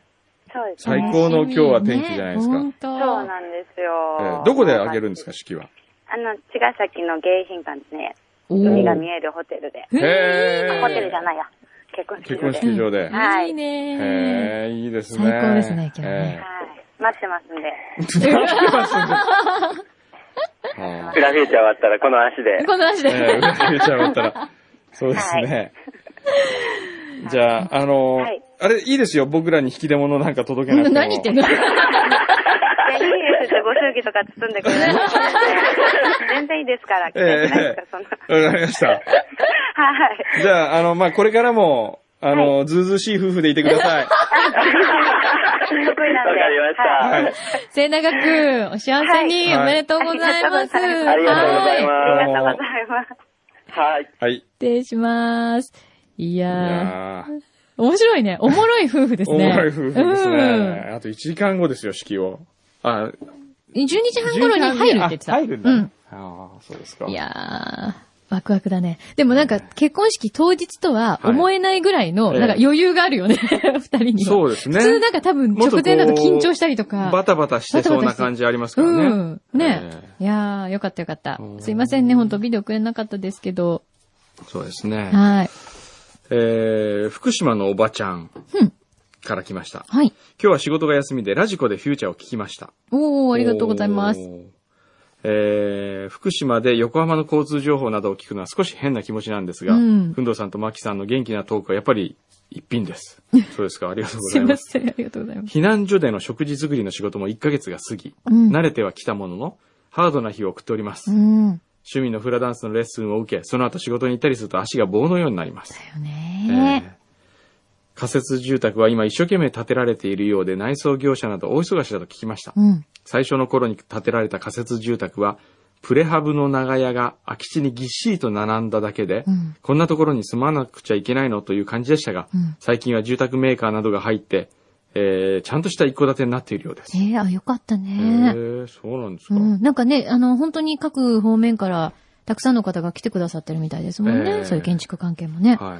[SPEAKER 4] そうです
[SPEAKER 1] 最
[SPEAKER 4] ね。
[SPEAKER 1] 高の今日は天気じゃないですか
[SPEAKER 2] ね本当
[SPEAKER 4] そうなんです
[SPEAKER 1] え
[SPEAKER 4] よ
[SPEAKER 1] ー。どこであげるんですか、式は。
[SPEAKER 4] あの、茅ヶ崎の迎賓館ですね。
[SPEAKER 2] お
[SPEAKER 4] 海が
[SPEAKER 2] ー
[SPEAKER 4] 見えるホテルで。
[SPEAKER 1] へー
[SPEAKER 4] ホテルじゃないや。結婚式
[SPEAKER 1] 結
[SPEAKER 4] 場
[SPEAKER 1] 婚
[SPEAKER 4] で。
[SPEAKER 1] 式場で。
[SPEAKER 4] んはい
[SPEAKER 2] いいね。
[SPEAKER 1] へえ、いいですね。
[SPEAKER 2] 最高ですね今
[SPEAKER 1] え
[SPEAKER 2] 日ね
[SPEAKER 4] はい。待ってますんで。
[SPEAKER 1] えは
[SPEAKER 3] フラフューチャー終わったらこの足 で。
[SPEAKER 2] この話
[SPEAKER 1] い。
[SPEAKER 2] で。
[SPEAKER 1] ええ、裏切れちゃったら。そうですね。じゃあ、あのー
[SPEAKER 4] はい
[SPEAKER 1] あれ、いいですよ。僕らに引き出物なんか届けなくても。
[SPEAKER 2] 何言ってんの
[SPEAKER 4] いや、いいですよ。ご祝儀とか包んでく れる全然いいですから。期待しない
[SPEAKER 1] え
[SPEAKER 4] ですから、そんな。
[SPEAKER 1] え、わかりました。
[SPEAKER 4] はい。
[SPEAKER 1] じゃあ、あの、まあ、これからも、あの、ずうずうしい夫婦でいてください。
[SPEAKER 4] 得意なんで。
[SPEAKER 3] わかりました
[SPEAKER 4] はい
[SPEAKER 1] はい。
[SPEAKER 2] 末永く、お幸せに、
[SPEAKER 1] はい
[SPEAKER 2] おめでとうございます。
[SPEAKER 3] りがと
[SPEAKER 4] あ
[SPEAKER 3] うございます
[SPEAKER 4] ありがとうございます。
[SPEAKER 3] はい。
[SPEAKER 1] はい。
[SPEAKER 2] 失礼します。い
[SPEAKER 1] い
[SPEAKER 2] やー、
[SPEAKER 1] やー
[SPEAKER 2] 面白いね。おもろい夫婦です
[SPEAKER 1] お
[SPEAKER 2] ね。
[SPEAKER 1] もろい夫婦です
[SPEAKER 2] うん
[SPEAKER 1] ね。あと1時間後ですよ、式を。あ、
[SPEAKER 2] 12時半頃に入るって言ってた。
[SPEAKER 1] あ入るんだ。
[SPEAKER 2] うん
[SPEAKER 1] ああ、そうですか。
[SPEAKER 2] いやー、ワクワクだね。でもなんか、結婚式当日とは思えないぐらいの、
[SPEAKER 1] はい
[SPEAKER 2] なんか余裕があるよね、 二人には。
[SPEAKER 1] そうですね。
[SPEAKER 2] 普通なんか多分
[SPEAKER 1] もっとこ
[SPEAKER 2] 直
[SPEAKER 1] う
[SPEAKER 2] 前だと緊張したりとか。
[SPEAKER 1] バタバタしてそうな感じありますか
[SPEAKER 2] う
[SPEAKER 1] らね
[SPEAKER 2] ん。。ね、
[SPEAKER 1] え
[SPEAKER 2] いやー、よかったよかった
[SPEAKER 1] う。ん
[SPEAKER 2] すいませんね、ほんとビデオくれなかったですけど。
[SPEAKER 1] えそうですね。
[SPEAKER 2] はい。
[SPEAKER 1] えー、福島のおばちゃん
[SPEAKER 2] うん
[SPEAKER 1] から来ました。
[SPEAKER 2] はい。
[SPEAKER 1] 今日は仕事が休みでラジコでフューチャーを聞きました。
[SPEAKER 2] おー、ありがとうございます。
[SPEAKER 1] おー。えー、福島で横浜の交通情報などを聞くのは少し変な気持ちなんですが、
[SPEAKER 2] うん
[SPEAKER 1] ふんどうさんとまきさんの元気なトークはやっぱり一品です。そうですか、ありがとうご
[SPEAKER 2] す
[SPEAKER 1] ざ
[SPEAKER 2] い
[SPEAKER 1] いま。
[SPEAKER 2] ますせん、ありがとうございます。
[SPEAKER 1] 避難所での食事作りの仕事も1ヶ月が過ぎ、
[SPEAKER 2] うん
[SPEAKER 1] 慣れては来たものの、ハードな日を送っております。
[SPEAKER 2] うん。
[SPEAKER 1] 趣味のフラダンスのレッスンを受け、その後仕事に行ったりすると足が棒のようになります。
[SPEAKER 2] だよね
[SPEAKER 1] えー仮設住宅は今一生懸命建てられているようで内装業者など大忙しだと聞きました。
[SPEAKER 2] うん。
[SPEAKER 1] 最初の頃に建てられた仮設住宅は、プレハブの長屋が空き地にぎっしりと並んだだけで、
[SPEAKER 2] うん
[SPEAKER 1] こんなところに住まなくちゃいけないのという感じでしたが、
[SPEAKER 2] うん
[SPEAKER 1] 最近は住宅メーカーなどが入って、えーちゃんとした一戸建てになっているようです。
[SPEAKER 2] ええあ、よかった
[SPEAKER 1] え
[SPEAKER 2] ね。
[SPEAKER 1] そうなんですか。
[SPEAKER 2] うん。なんかね、あの、本当に各方面から、たくさんの方が来てくださってるみたいですもんね。
[SPEAKER 1] ええ
[SPEAKER 2] そういう建築関係もね。
[SPEAKER 1] はい。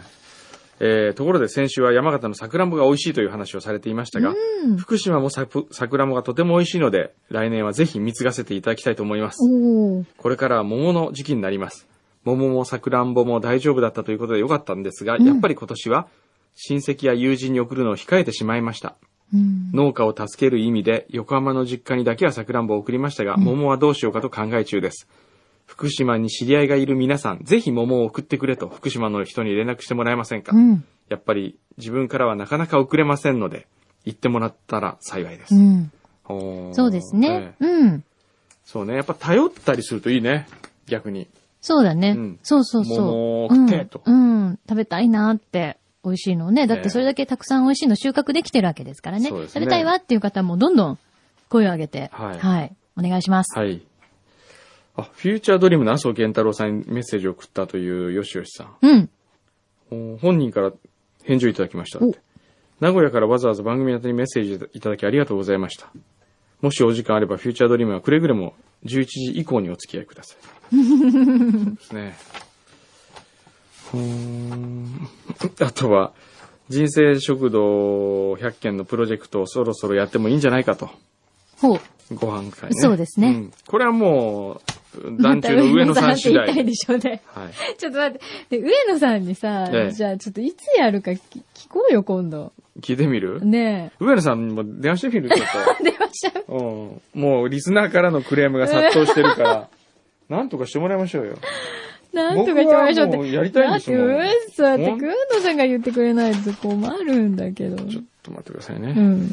[SPEAKER 1] えーところで先週は山形の桜もが美味しいという話をされていましたが、
[SPEAKER 2] うん。
[SPEAKER 1] 福島もさぷ桜もがとても美味しいので、来年はぜひ貢がせていただきたいと思います。
[SPEAKER 2] おー。
[SPEAKER 1] これからは桃の時期になります。桃もさくらんぼも大丈夫だったということでよかったんですが、
[SPEAKER 2] うん
[SPEAKER 1] やっぱり今年は親戚や友人に送るのを控えてしまいました。
[SPEAKER 2] うん。
[SPEAKER 1] 農家を助ける意味で横浜の実家にだけはさくらんぼを送りましたが、
[SPEAKER 2] ん
[SPEAKER 1] 桃はどうしようかと考え中です。福島に知り合いがいる皆さん、ぜひ桃を送ってくれと福島の人に連絡してもらえませんか、
[SPEAKER 2] うん。
[SPEAKER 1] やっぱり自分からはなかなか送れませんので、言ってもらったら幸いで
[SPEAKER 2] う
[SPEAKER 1] す。
[SPEAKER 2] ん。
[SPEAKER 1] おー
[SPEAKER 2] そうですね。
[SPEAKER 1] ええ
[SPEAKER 2] うん。
[SPEAKER 1] そうね。やっぱ頼ったりするといいね。逆に。
[SPEAKER 2] そうだね。
[SPEAKER 1] うん
[SPEAKER 2] そうそうそう。
[SPEAKER 1] 桃を食ってと
[SPEAKER 2] うん。うん食べたいなって。美味しいのをね。だっ
[SPEAKER 1] ええ
[SPEAKER 2] てそれだけたくさん美味しいの収穫できてるわけですからね。
[SPEAKER 1] そうです
[SPEAKER 2] 食
[SPEAKER 1] ね
[SPEAKER 2] べたいわっていう方もどんどん声を上げて。
[SPEAKER 1] はい
[SPEAKER 2] お願いします。
[SPEAKER 1] はい。あ、フューチャードリームの麻生健太郎さんにメッセージを送ったというよしよしさん
[SPEAKER 2] うん。
[SPEAKER 1] お。本人から返事をいただきましたって。名古屋からわざわざ番組宛てにメッセージいただきありがとうございました。もしお時間あれば、フューチャードリームはくれぐれも11時以降にお付き合いください。そうですね。うーん。あとは、人生食堂100件のプロジェクトをそろそろやってもいいんじゃないかと。
[SPEAKER 2] ほう。
[SPEAKER 1] ご飯会ね。
[SPEAKER 2] そうですね
[SPEAKER 1] んこれはもう、団 中の上野さん次
[SPEAKER 2] また上野さんって言いたい
[SPEAKER 1] 第。
[SPEAKER 2] でしょうね。
[SPEAKER 1] はい。
[SPEAKER 2] ちょっと待って。で上野さんにさ、
[SPEAKER 1] ええ
[SPEAKER 2] じゃあちょっといつやるかき聞こうよ、今度。
[SPEAKER 1] 聞いてみる、
[SPEAKER 2] ね
[SPEAKER 1] 上野さんにも電話してみるちょっ
[SPEAKER 2] え。 電話しちゃう。
[SPEAKER 1] と。うん。もう、リスナーからのクレームが殺到してる から、なんとかしてもらいましょうよ。
[SPEAKER 2] なんとか言ってもらいましょうって。
[SPEAKER 1] 僕はもうやりたいんですもん
[SPEAKER 2] だって、うん、そうやって、
[SPEAKER 1] ほん
[SPEAKER 2] くんのさんが言ってくれないと困るんだけど。
[SPEAKER 1] ちょっと待ってくださいね。
[SPEAKER 2] うん。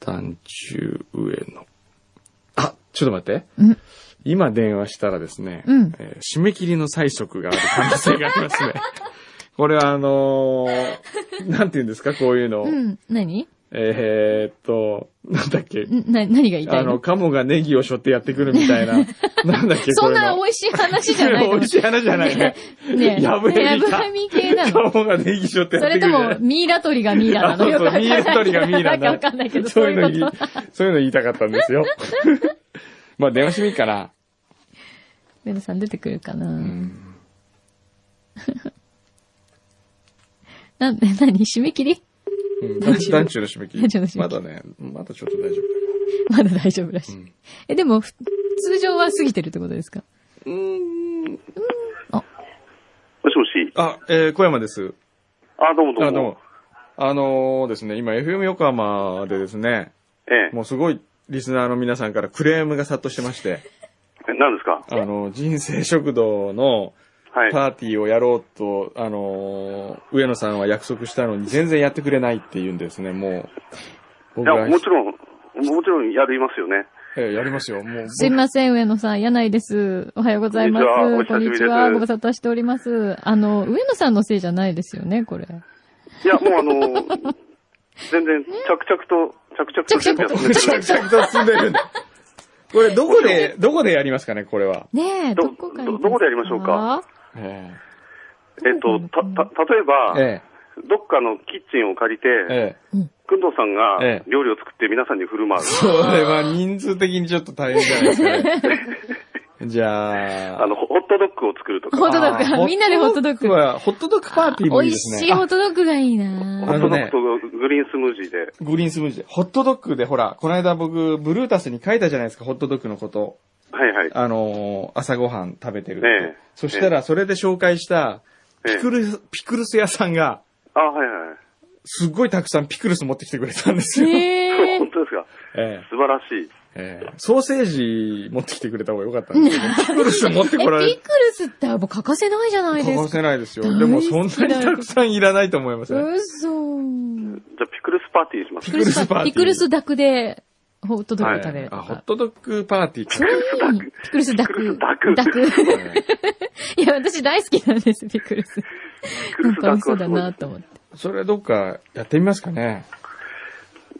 [SPEAKER 1] 団中上野。あ、ちょっと待って。
[SPEAKER 2] うん
[SPEAKER 1] 今電話したらですね、
[SPEAKER 2] うん
[SPEAKER 1] えー締め切りの催促がある可能性がありま すね。これはあのーなんて言うんですか、こういうの。
[SPEAKER 2] うん。何ん
[SPEAKER 1] えーっと、なんだっけ、
[SPEAKER 2] な、何が言いた
[SPEAKER 1] あ
[SPEAKER 2] い
[SPEAKER 1] の、
[SPEAKER 2] の
[SPEAKER 1] カモがネギを背負ってやってくるみ たいな、なんだっけ、
[SPEAKER 2] そんな
[SPEAKER 1] こ
[SPEAKER 2] 美味しい話じ
[SPEAKER 1] れ
[SPEAKER 2] ゃない
[SPEAKER 1] の
[SPEAKER 2] の
[SPEAKER 1] 美味しい話じゃないね。
[SPEAKER 2] ねえ。
[SPEAKER 1] やぶへび
[SPEAKER 2] ね
[SPEAKER 1] か
[SPEAKER 2] やぶへび系な
[SPEAKER 1] カ
[SPEAKER 2] の
[SPEAKER 1] モがネギ背負ってや
[SPEAKER 2] そ
[SPEAKER 1] ってくる
[SPEAKER 2] れと
[SPEAKER 1] じゃ
[SPEAKER 2] も
[SPEAKER 1] な、い。
[SPEAKER 2] ミイラ取りがミイラな
[SPEAKER 1] そ
[SPEAKER 2] の
[SPEAKER 1] う
[SPEAKER 2] よくわ
[SPEAKER 1] そ
[SPEAKER 2] か
[SPEAKER 1] う、ミ
[SPEAKER 2] ん
[SPEAKER 1] イ
[SPEAKER 2] ない
[SPEAKER 1] ラ取りがミイラ
[SPEAKER 2] なんか
[SPEAKER 1] な
[SPEAKER 2] わかんないけど、そ
[SPEAKER 1] そうう
[SPEAKER 2] い
[SPEAKER 1] いうの
[SPEAKER 2] う
[SPEAKER 1] 言
[SPEAKER 2] こ
[SPEAKER 1] い、そういうの言いたかったん ですよ。まあ、電話してみっかな。
[SPEAKER 2] と。上野さん出てくるかな、
[SPEAKER 1] うん
[SPEAKER 2] なんで、何締め切り
[SPEAKER 1] うん団地団中の締め切
[SPEAKER 2] 団地の締
[SPEAKER 1] り。
[SPEAKER 2] め
[SPEAKER 1] ま
[SPEAKER 2] 切
[SPEAKER 1] だね、まだちょっと大丈
[SPEAKER 2] まだ大丈夫らしい。
[SPEAKER 1] 夫。うん
[SPEAKER 2] え、でも、ふ通常は過ぎてるってことですか
[SPEAKER 3] もしもし。
[SPEAKER 1] あ、えー小山です。
[SPEAKER 3] あ、どうもど
[SPEAKER 1] あ
[SPEAKER 3] う
[SPEAKER 1] どう
[SPEAKER 3] も
[SPEAKER 1] も。あのーですね、今 FM 横浜でですね、
[SPEAKER 3] え
[SPEAKER 1] もうすごいリスナーの皆さんからクレームが殺到してま して、
[SPEAKER 3] え。何ですか
[SPEAKER 1] あの、人生食堂の
[SPEAKER 3] はい。
[SPEAKER 1] パーティーをやろうと、あのー上野さんは約束したのに全然やってくれないっていうんですね、もう。
[SPEAKER 3] い
[SPEAKER 1] 僕
[SPEAKER 3] や、
[SPEAKER 1] が、
[SPEAKER 3] もちろん、もちろんやりますよね。
[SPEAKER 1] えーやりますよ、もう。
[SPEAKER 2] すいません、上野さん。柳井です。おはようございます。
[SPEAKER 3] こんにちはお久しぶりです
[SPEAKER 2] ご無沙汰しております。あの、上野さんのせいじゃないですよね、これ。
[SPEAKER 3] いや、もうあの、全然、着々と、着々と準備は進めてるんで
[SPEAKER 1] 着々と進んでる。これ、どこで、どこでやりますかね、これは。
[SPEAKER 2] ねえ、
[SPEAKER 3] ど
[SPEAKER 2] どこかに
[SPEAKER 3] どどこでやりましょうか
[SPEAKER 1] え
[SPEAKER 3] えっと、た、た、例えば、
[SPEAKER 1] ーえ
[SPEAKER 3] どっかのキッチンを借りて、
[SPEAKER 1] ーえー
[SPEAKER 3] くんどうさんが
[SPEAKER 1] ええ
[SPEAKER 3] 料理を作って皆さんに振る舞う。
[SPEAKER 1] それは人数的にちょっと大変じゃないですかね。じゃあ。
[SPEAKER 3] あの、ホホットドッグを作るとか。
[SPEAKER 2] ホットドッ
[SPEAKER 1] あー
[SPEAKER 2] グ。みんなでホットドッグ。
[SPEAKER 1] は、ホットドッグパーティーもいいですね。
[SPEAKER 2] 美味しいホットドッグがいい
[SPEAKER 3] ホ
[SPEAKER 1] あ
[SPEAKER 2] な
[SPEAKER 3] ッ
[SPEAKER 1] の
[SPEAKER 3] トド
[SPEAKER 1] ね
[SPEAKER 3] ッグとグリーンスムージーで。
[SPEAKER 1] グリーンスムージー。ホットドッグで、ほら、この間僕、ブルータスに書いたじゃないですか、ホットドッグのこと。
[SPEAKER 3] はいはい。
[SPEAKER 1] あのー朝ごはん食べてるって。
[SPEAKER 3] ええ
[SPEAKER 1] そしたら、それで紹介した、
[SPEAKER 3] ええ
[SPEAKER 1] ピクルス、ピクルス屋さんが、
[SPEAKER 3] あ、はいはい。
[SPEAKER 1] すっごいたくさんピクルス持ってきてくれたんですよ。
[SPEAKER 2] へえ
[SPEAKER 3] 本。当ですか
[SPEAKER 1] ええ
[SPEAKER 3] 素晴らしい。
[SPEAKER 1] ええソーセージ持ってきてくれた方が良かったんですけど、ピクルス持って
[SPEAKER 2] え、ピ
[SPEAKER 1] こられる
[SPEAKER 2] クルスってもう欠かせないじゃない
[SPEAKER 1] 欠
[SPEAKER 2] で
[SPEAKER 1] か
[SPEAKER 2] すか。
[SPEAKER 1] せないですよ。
[SPEAKER 2] 大好き
[SPEAKER 1] でもそんなにたくさんいらないと思いますね。
[SPEAKER 2] 嘘。
[SPEAKER 3] じゃあ、ピクルスパーティーにします
[SPEAKER 1] ピ。クルスパーティー
[SPEAKER 2] ピクルスダクでホットドッグ食べると
[SPEAKER 1] あ、ホッ
[SPEAKER 2] か。
[SPEAKER 1] トドッグパーティーか
[SPEAKER 2] それいい。ピクルスダク。
[SPEAKER 3] ピクルスダク
[SPEAKER 2] ダク
[SPEAKER 1] ええ
[SPEAKER 2] いや、私大好きなんです、ピクルス。
[SPEAKER 3] ピク
[SPEAKER 2] な
[SPEAKER 3] ル
[SPEAKER 2] ん
[SPEAKER 3] ス
[SPEAKER 2] か美味し
[SPEAKER 3] ダク
[SPEAKER 2] そうだ
[SPEAKER 3] はすごい
[SPEAKER 2] な
[SPEAKER 3] です。
[SPEAKER 2] と思って。
[SPEAKER 1] それどっかやってみますかね。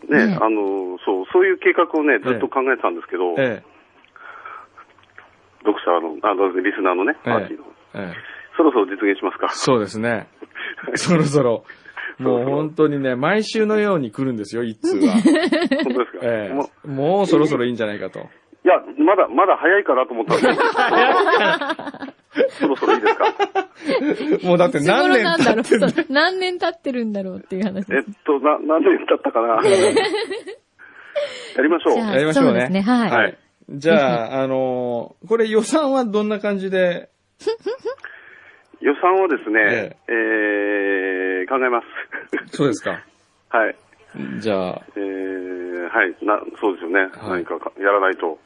[SPEAKER 3] ね、
[SPEAKER 2] ね
[SPEAKER 3] あの、そう、そういう計画をね、ずっと考えてたんですけど、
[SPEAKER 1] え
[SPEAKER 3] 読者の、あの、リスナーのね、
[SPEAKER 1] え
[SPEAKER 3] パーティーの、
[SPEAKER 1] ええ。
[SPEAKER 3] そろそろ実現しますか。
[SPEAKER 1] そうです ね。そろそろ。もう本当にね、毎週のように来るんですよ、一通は。
[SPEAKER 3] 本当ですか、
[SPEAKER 1] え
[SPEAKER 3] もう
[SPEAKER 1] え。もうそろそろいいんじゃないかと。
[SPEAKER 3] いや、まだ、まだ早いかなと思ったん ですけど、そろそろいいですか。
[SPEAKER 1] もうだって何年
[SPEAKER 2] いつ頃なんだ
[SPEAKER 1] 経
[SPEAKER 2] ろう
[SPEAKER 1] ってんだ
[SPEAKER 2] そう何年経ってるんだろうっていう話です
[SPEAKER 3] えっと、な、何年経ったかな。やりましょう。
[SPEAKER 2] じゃあ、
[SPEAKER 1] やりましょうね
[SPEAKER 2] そうですね、はい。
[SPEAKER 3] はい
[SPEAKER 1] じゃあ、あのーこれ予算はどんな感じで、
[SPEAKER 3] 予算はですね、えー、考えます。
[SPEAKER 1] そうですか。
[SPEAKER 3] はい。
[SPEAKER 1] じゃあ、
[SPEAKER 3] えー、はい。な、そうですよね。
[SPEAKER 1] はい
[SPEAKER 3] 何かかやらないと。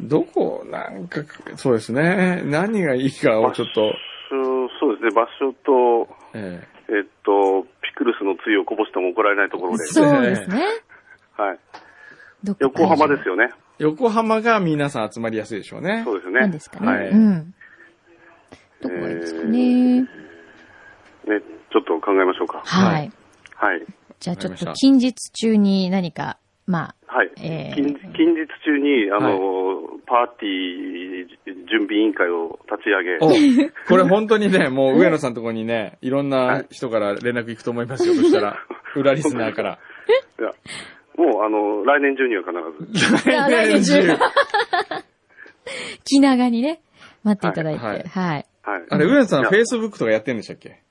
[SPEAKER 1] どこ、なんか、そうですね。何がいいかをちょっと、
[SPEAKER 3] そうそうですね、場所と、
[SPEAKER 1] ええ
[SPEAKER 3] えっと、ピクルスのつゆをこぼしても怒られないところで。
[SPEAKER 2] そうですね。
[SPEAKER 3] はい。
[SPEAKER 2] どこ
[SPEAKER 3] 横浜ですよね。
[SPEAKER 1] 横浜が皆さん集まりやすいでしょうね
[SPEAKER 3] そ。うですね。
[SPEAKER 2] なんですかね。
[SPEAKER 1] はい
[SPEAKER 2] うん。どこがいいですかね。
[SPEAKER 3] ね、ちょっと考えましょうか。
[SPEAKER 1] は
[SPEAKER 2] はいい。
[SPEAKER 3] はい。
[SPEAKER 2] じゃあちょっ
[SPEAKER 1] わかりました
[SPEAKER 2] と近日中に何か、ま
[SPEAKER 3] はい。
[SPEAKER 2] えー
[SPEAKER 3] 近近日中に、あの、パーティー準備委員会を立ち上げ、
[SPEAKER 1] おこれ本当にね、もう上野さんのとこにね、いろんな人から連絡行くと思いますよ。そしたら、裏リスナー から。
[SPEAKER 3] いやもう、あの、来年中には必ず。
[SPEAKER 2] や来年中あ、気長にね、待っていただいて。
[SPEAKER 1] は
[SPEAKER 2] はいい。
[SPEAKER 3] はい。
[SPEAKER 1] あれ、上野さん、
[SPEAKER 3] いや
[SPEAKER 1] Facebook とかやってんでしたっけ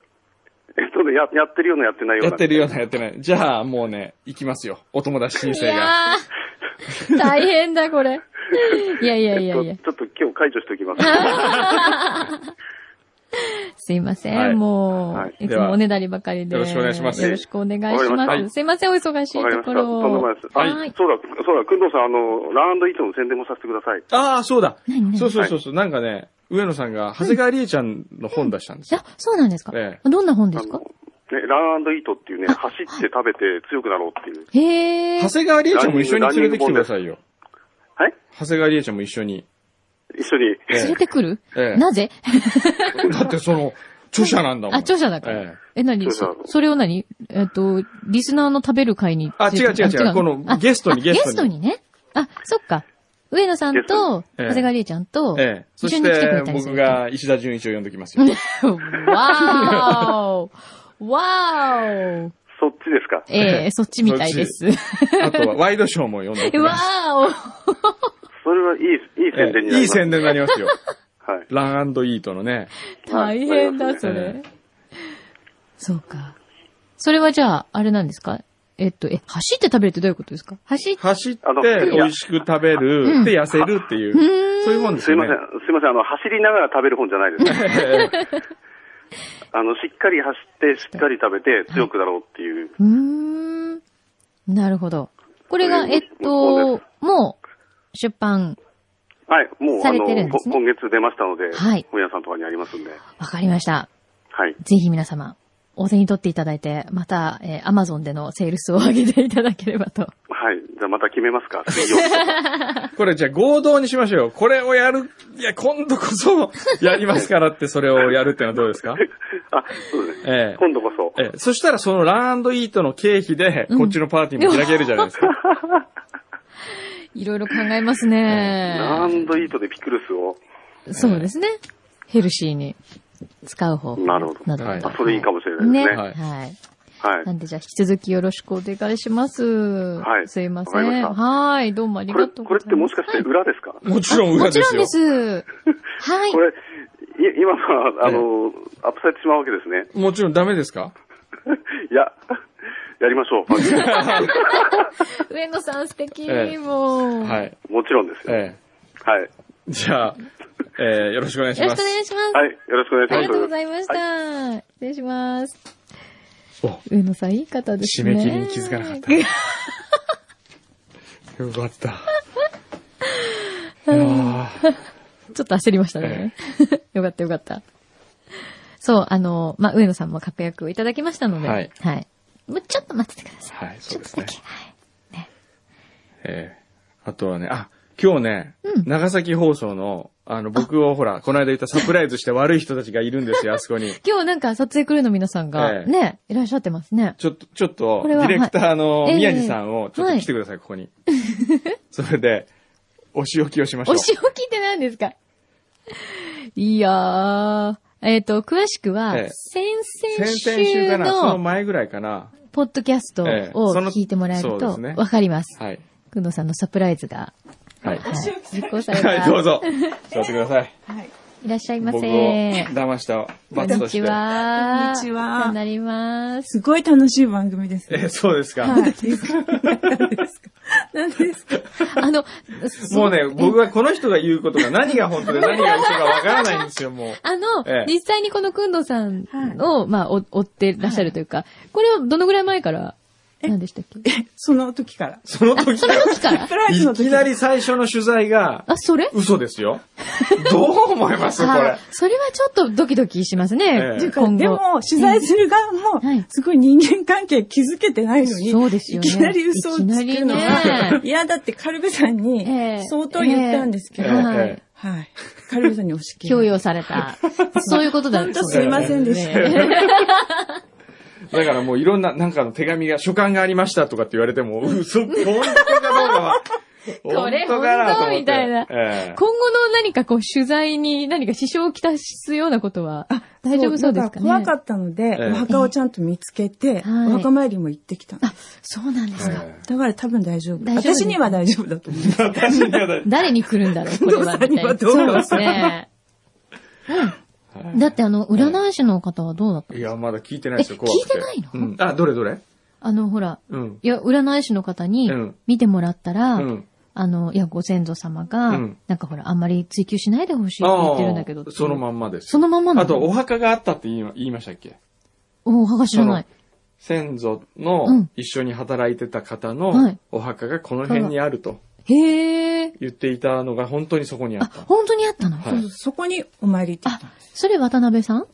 [SPEAKER 3] えっとね、ややってるようなやってないよう
[SPEAKER 1] や
[SPEAKER 3] な。
[SPEAKER 1] ってるような、やってない。じゃあ、もうね、行きますよ。お友達申
[SPEAKER 2] い
[SPEAKER 1] 請が。
[SPEAKER 2] や ー、大変だ、これ。いやいやいやい
[SPEAKER 3] え
[SPEAKER 2] や
[SPEAKER 3] っ。とちょっと今日解除しておきます。は
[SPEAKER 2] すいません、
[SPEAKER 1] はい
[SPEAKER 2] もう、
[SPEAKER 3] はい
[SPEAKER 2] い、つ
[SPEAKER 1] では
[SPEAKER 2] もおねだりばかりで。
[SPEAKER 1] よろしくお願いします
[SPEAKER 2] よろしくお願いし
[SPEAKER 3] わかりま
[SPEAKER 2] ます。
[SPEAKER 3] した
[SPEAKER 2] はいすいません、お忙しい
[SPEAKER 3] わか
[SPEAKER 2] と
[SPEAKER 3] りました。
[SPEAKER 2] こと
[SPEAKER 3] んでも
[SPEAKER 2] ろ
[SPEAKER 3] な。いです。あ、
[SPEAKER 2] はい
[SPEAKER 3] そうだ、そうだ、くんどうさん、あの、ランドイートの宣伝もさせてください。
[SPEAKER 1] ああ、そうだ。
[SPEAKER 2] 何何
[SPEAKER 1] そうそうそうそう、なんかね、上野さんが、長谷川理恵ちゃんの本出したんですよ
[SPEAKER 2] あ。、そうなんですか、
[SPEAKER 1] え
[SPEAKER 2] どんな本で
[SPEAKER 3] あ
[SPEAKER 2] すか
[SPEAKER 3] の、ね、ランイートっていうね、走って食べて強くなろうっていう。
[SPEAKER 2] へー
[SPEAKER 1] 長。谷川理恵ちゃんも一緒に連れてきてくださいよ。
[SPEAKER 3] はい
[SPEAKER 1] 長谷川理恵ちゃんも一緒に。
[SPEAKER 3] 一緒に。
[SPEAKER 1] ええ
[SPEAKER 2] 連れてくる、
[SPEAKER 1] ええ
[SPEAKER 2] なぜ
[SPEAKER 1] だってその、著者なんだもん。
[SPEAKER 2] あ、著者だから。
[SPEAKER 1] ええ
[SPEAKER 2] え、何
[SPEAKER 3] 著者
[SPEAKER 2] そそれを何えっと、リスナーの食べる会に。
[SPEAKER 1] あ違う違う違う
[SPEAKER 2] あ
[SPEAKER 1] この
[SPEAKER 2] あ
[SPEAKER 1] ゲストに
[SPEAKER 2] あ
[SPEAKER 1] ゲストに
[SPEAKER 2] ゲストにね。あ、そっか。上野さん
[SPEAKER 3] ゲスト
[SPEAKER 2] と、
[SPEAKER 1] ええ
[SPEAKER 2] 長谷川理恵ちゃんと、
[SPEAKER 1] ええ。そ
[SPEAKER 2] 一緒
[SPEAKER 1] し
[SPEAKER 2] に来てく
[SPEAKER 1] て
[SPEAKER 2] れ、たりす
[SPEAKER 1] 僕
[SPEAKER 2] る。
[SPEAKER 1] が石田純一を呼んでき ますよ。
[SPEAKER 2] わーおわーお
[SPEAKER 3] そっちですか。
[SPEAKER 2] ええそっちみたいです。
[SPEAKER 1] あとは、ワイドショーも呼んでき
[SPEAKER 2] わ
[SPEAKER 1] ます。
[SPEAKER 2] ー
[SPEAKER 3] それはいい、いい宣伝にな
[SPEAKER 1] ええい
[SPEAKER 3] り
[SPEAKER 1] い
[SPEAKER 3] ます。
[SPEAKER 1] 宣伝になりますよ。
[SPEAKER 3] はい。
[SPEAKER 1] ランイートのね。
[SPEAKER 2] お大変だ、そ
[SPEAKER 1] え
[SPEAKER 2] れ。そうか。それはじゃあ、あれなんですかえっと、え、走って食べるってどういうことですか走って、
[SPEAKER 1] 走って
[SPEAKER 3] あの
[SPEAKER 1] 美味しく食べる、で痩せるっていう、そういう本です
[SPEAKER 3] すい
[SPEAKER 1] よ
[SPEAKER 3] ま
[SPEAKER 1] ね
[SPEAKER 3] せん。。すいません。あの、走りながら食べる本じゃないです。
[SPEAKER 1] ええ
[SPEAKER 3] あの、しっかり走って、しっかり食べて、強くなろうっていう。
[SPEAKER 2] うーん。なるほど。これが、
[SPEAKER 3] これ
[SPEAKER 2] えっと、もう、出版、
[SPEAKER 3] はい。もう、
[SPEAKER 2] さ
[SPEAKER 3] あ
[SPEAKER 2] れ
[SPEAKER 3] の、
[SPEAKER 2] てるんで
[SPEAKER 3] こ
[SPEAKER 2] すね
[SPEAKER 3] 今月出ましたので、
[SPEAKER 2] はい
[SPEAKER 3] 本屋さんとかにありますんで。
[SPEAKER 2] わかりました。
[SPEAKER 3] はい。
[SPEAKER 2] ぜひ皆様、お手に取っていただいて、また、えー、アマゾンでのセールスを上げていただければと。
[SPEAKER 3] はい。じゃあまた決めますか。水曜 日。
[SPEAKER 1] これじゃあ合同にしましょうよ。これをやる、いや、今度こそやりますからってそれをやるってのはどうですか
[SPEAKER 3] あ、そうですね。
[SPEAKER 1] ええ
[SPEAKER 3] 今度こそ。
[SPEAKER 1] ええ、そしたらそのランイートの経費で、こっちのパーティーも開けるじゃないですか。
[SPEAKER 2] いろいろ考えますね。
[SPEAKER 3] ランドイートでピクルスを。
[SPEAKER 2] そうですね。ヘルシーに使う方法
[SPEAKER 3] なるほど
[SPEAKER 2] などなど
[SPEAKER 1] は
[SPEAKER 3] あ、それいいかもしれない
[SPEAKER 2] ね。
[SPEAKER 3] ですね。
[SPEAKER 1] は
[SPEAKER 2] はいい。
[SPEAKER 3] はい
[SPEAKER 2] な。んで、じゃあ、引き続きよろしくお願いします。
[SPEAKER 3] い
[SPEAKER 2] すいませ
[SPEAKER 3] わかり
[SPEAKER 2] ん。
[SPEAKER 3] ました
[SPEAKER 2] はい。どうもあり
[SPEAKER 3] これ、
[SPEAKER 2] がとう
[SPEAKER 3] こ
[SPEAKER 2] ご
[SPEAKER 3] れっ
[SPEAKER 2] ざいます。
[SPEAKER 3] てもしかして裏ですか、
[SPEAKER 1] もちろん
[SPEAKER 2] あ
[SPEAKER 1] 裏
[SPEAKER 2] もち
[SPEAKER 1] で
[SPEAKER 2] ろ
[SPEAKER 1] す
[SPEAKER 2] ん
[SPEAKER 1] よ
[SPEAKER 2] で。す。はい
[SPEAKER 3] こ。れ、い今のは、あの、アップされてしまうわけですね。
[SPEAKER 1] もちろんダメですか
[SPEAKER 3] いや、 やりまし ょう。
[SPEAKER 2] 上野さん素敵、
[SPEAKER 1] ええ
[SPEAKER 2] もう。
[SPEAKER 1] は
[SPEAKER 2] よ
[SPEAKER 1] い。
[SPEAKER 3] もちろんですよ。
[SPEAKER 1] え
[SPEAKER 3] はい。
[SPEAKER 1] え。じゃあ、ええ、よろしくお願いし
[SPEAKER 2] ろし
[SPEAKER 1] ま
[SPEAKER 2] くお
[SPEAKER 1] す。
[SPEAKER 2] 願いします。
[SPEAKER 3] はい。よろしくお願いします。
[SPEAKER 2] ありがとうございました。失礼します。
[SPEAKER 1] お
[SPEAKER 2] 上野さん、いい方です
[SPEAKER 1] 締
[SPEAKER 2] ね。
[SPEAKER 1] め切りに気づかなかった。よかった。いやー
[SPEAKER 2] ちょっと焦りましたね。 よかったよかった。そう、あの、まあ、上野さんも確約をいただきましたので、
[SPEAKER 1] はい
[SPEAKER 2] もうちょっと待っててください。
[SPEAKER 1] はい、そうですね。
[SPEAKER 2] ちょっとだけはい
[SPEAKER 1] ええあとはね、あ、今日ね、長崎放送のあの、僕をほら、この間言ったサプライズして悪い人たちがいるん ですよ、あそこに。
[SPEAKER 2] 今日なんか撮影クルーの皆さんが
[SPEAKER 1] ええ
[SPEAKER 2] ね、いらっしゃってますね。
[SPEAKER 1] ちょっと、ちょっと、
[SPEAKER 2] こ
[SPEAKER 1] デ
[SPEAKER 2] れは
[SPEAKER 1] ィレクターの
[SPEAKER 2] はいええ
[SPEAKER 1] 宮地さんを、ちょっ
[SPEAKER 2] は
[SPEAKER 1] と
[SPEAKER 2] い
[SPEAKER 1] 来てください、ここに。それで、お仕置きをしましょう。
[SPEAKER 2] お仕置きって何ですか いやー。えっ、と、詳しくは、
[SPEAKER 1] ええ
[SPEAKER 2] 先々
[SPEAKER 1] 先々週
[SPEAKER 2] 週
[SPEAKER 1] かな、その
[SPEAKER 2] の
[SPEAKER 1] 前ぐらいかな。
[SPEAKER 2] ポッドキャストを
[SPEAKER 1] ええその
[SPEAKER 2] 聞いてもらえる
[SPEAKER 1] そうで
[SPEAKER 2] と
[SPEAKER 1] すね、
[SPEAKER 2] わかります。
[SPEAKER 1] はい。
[SPEAKER 2] くんどうさんのサプライズが、
[SPEAKER 1] はい。
[SPEAKER 2] はい、実行された。
[SPEAKER 1] はい、どう ぞ。座ってください。
[SPEAKER 2] いらっしゃいま
[SPEAKER 1] 僕を
[SPEAKER 2] せ。こ
[SPEAKER 1] 騙した罰
[SPEAKER 2] ん
[SPEAKER 1] と
[SPEAKER 2] に
[SPEAKER 1] して。
[SPEAKER 2] ちは。
[SPEAKER 5] こんに
[SPEAKER 2] お
[SPEAKER 5] ちは
[SPEAKER 2] 世話になります。
[SPEAKER 5] すごい楽しい番組ですね。
[SPEAKER 1] え、そうですか。
[SPEAKER 5] はい。何ですか何ですか
[SPEAKER 2] あ の、
[SPEAKER 1] もうね、僕はこの人が言うことが何が本当で何が嘘かわからないんですよ、もう。
[SPEAKER 2] あの、
[SPEAKER 1] ええ
[SPEAKER 2] 実際にこのくんどうさんを、まあ、お追ってらっしゃるというか、これはどのぐらい前から、何でしたっけ
[SPEAKER 5] その時から。
[SPEAKER 1] その時
[SPEAKER 2] その時から
[SPEAKER 5] プライズの
[SPEAKER 1] い
[SPEAKER 5] 時
[SPEAKER 1] きなり最初の取材が
[SPEAKER 2] あ、それ
[SPEAKER 1] 嘘ですよ。どう思いますこ
[SPEAKER 2] あ
[SPEAKER 1] れ。
[SPEAKER 2] それはちょっとドキドキしますね
[SPEAKER 1] ええ。
[SPEAKER 2] 今後。
[SPEAKER 5] でも、取材する側も
[SPEAKER 2] はい、
[SPEAKER 5] すごい人間関係気づけてないのに、
[SPEAKER 2] そうですよね
[SPEAKER 5] いきなり嘘をつく
[SPEAKER 2] いき
[SPEAKER 5] の
[SPEAKER 2] なりね
[SPEAKER 5] は、いや、だってカルベさんに
[SPEAKER 2] ええ
[SPEAKER 5] 相当言ったんですけど、
[SPEAKER 2] ええはい
[SPEAKER 1] え
[SPEAKER 5] はい。カルベさんにおし き
[SPEAKER 2] 強要され た。そういうことだ
[SPEAKER 5] 本当すいませんでした。
[SPEAKER 1] えだからもういろんな、なんかの手紙が、書簡がありましたとかって言われても、嘘、本当かどうか は。
[SPEAKER 2] これ
[SPEAKER 1] 本当かなと思って
[SPEAKER 2] 本当みたいな
[SPEAKER 1] ええ
[SPEAKER 2] 今後の何かこう取材に何か支障をきたすようなことは大丈夫そうですかね。
[SPEAKER 5] だら怖かったので、
[SPEAKER 1] ええ
[SPEAKER 5] お墓をちゃんと見つけて、
[SPEAKER 2] はい
[SPEAKER 5] お墓参りも行ってきたんです。
[SPEAKER 2] そうなんですか。
[SPEAKER 1] え
[SPEAKER 5] だから多分大丈夫。
[SPEAKER 2] 大丈夫です
[SPEAKER 5] 私には大丈夫だと思います。
[SPEAKER 1] え私にはだ
[SPEAKER 2] 誰に来るんだろう、これは。
[SPEAKER 5] 不動産
[SPEAKER 2] み
[SPEAKER 5] に
[SPEAKER 2] たい
[SPEAKER 5] は
[SPEAKER 2] な。
[SPEAKER 5] どう
[SPEAKER 2] そうですね。うん。だってあの、占い師の方はどうだっ た
[SPEAKER 1] いや、まだ聞いてないですよ、
[SPEAKER 2] え
[SPEAKER 1] 怖くて。
[SPEAKER 2] 聞いてないの
[SPEAKER 1] うんあ、どれどれ
[SPEAKER 2] あの、ほら、
[SPEAKER 1] うん。
[SPEAKER 2] いや、占い師の方に
[SPEAKER 1] うん
[SPEAKER 2] 見てもらったら、
[SPEAKER 1] うん
[SPEAKER 2] あの、いや、ご先祖様が、
[SPEAKER 1] うん
[SPEAKER 2] なんかほら、あんまり追求しないでほしいって言ってるんだけど
[SPEAKER 1] あ。あそのまんまです。
[SPEAKER 2] そのまんまなの
[SPEAKER 1] あと、お墓があったって言いま言いましたっけ
[SPEAKER 2] おお墓知らない。
[SPEAKER 1] 先祖
[SPEAKER 2] う
[SPEAKER 1] の
[SPEAKER 2] ん
[SPEAKER 1] 一緒に働いてた方
[SPEAKER 2] は
[SPEAKER 1] の
[SPEAKER 2] い
[SPEAKER 1] お墓がこの辺にあると
[SPEAKER 2] へえ。
[SPEAKER 1] 言っていたのが本当にそこにあ
[SPEAKER 2] あ
[SPEAKER 1] った、。
[SPEAKER 2] 本当にあったの、
[SPEAKER 1] は
[SPEAKER 5] そうそうそこにお参り行って
[SPEAKER 2] あ
[SPEAKER 5] きたんです。、
[SPEAKER 2] それ渡辺さん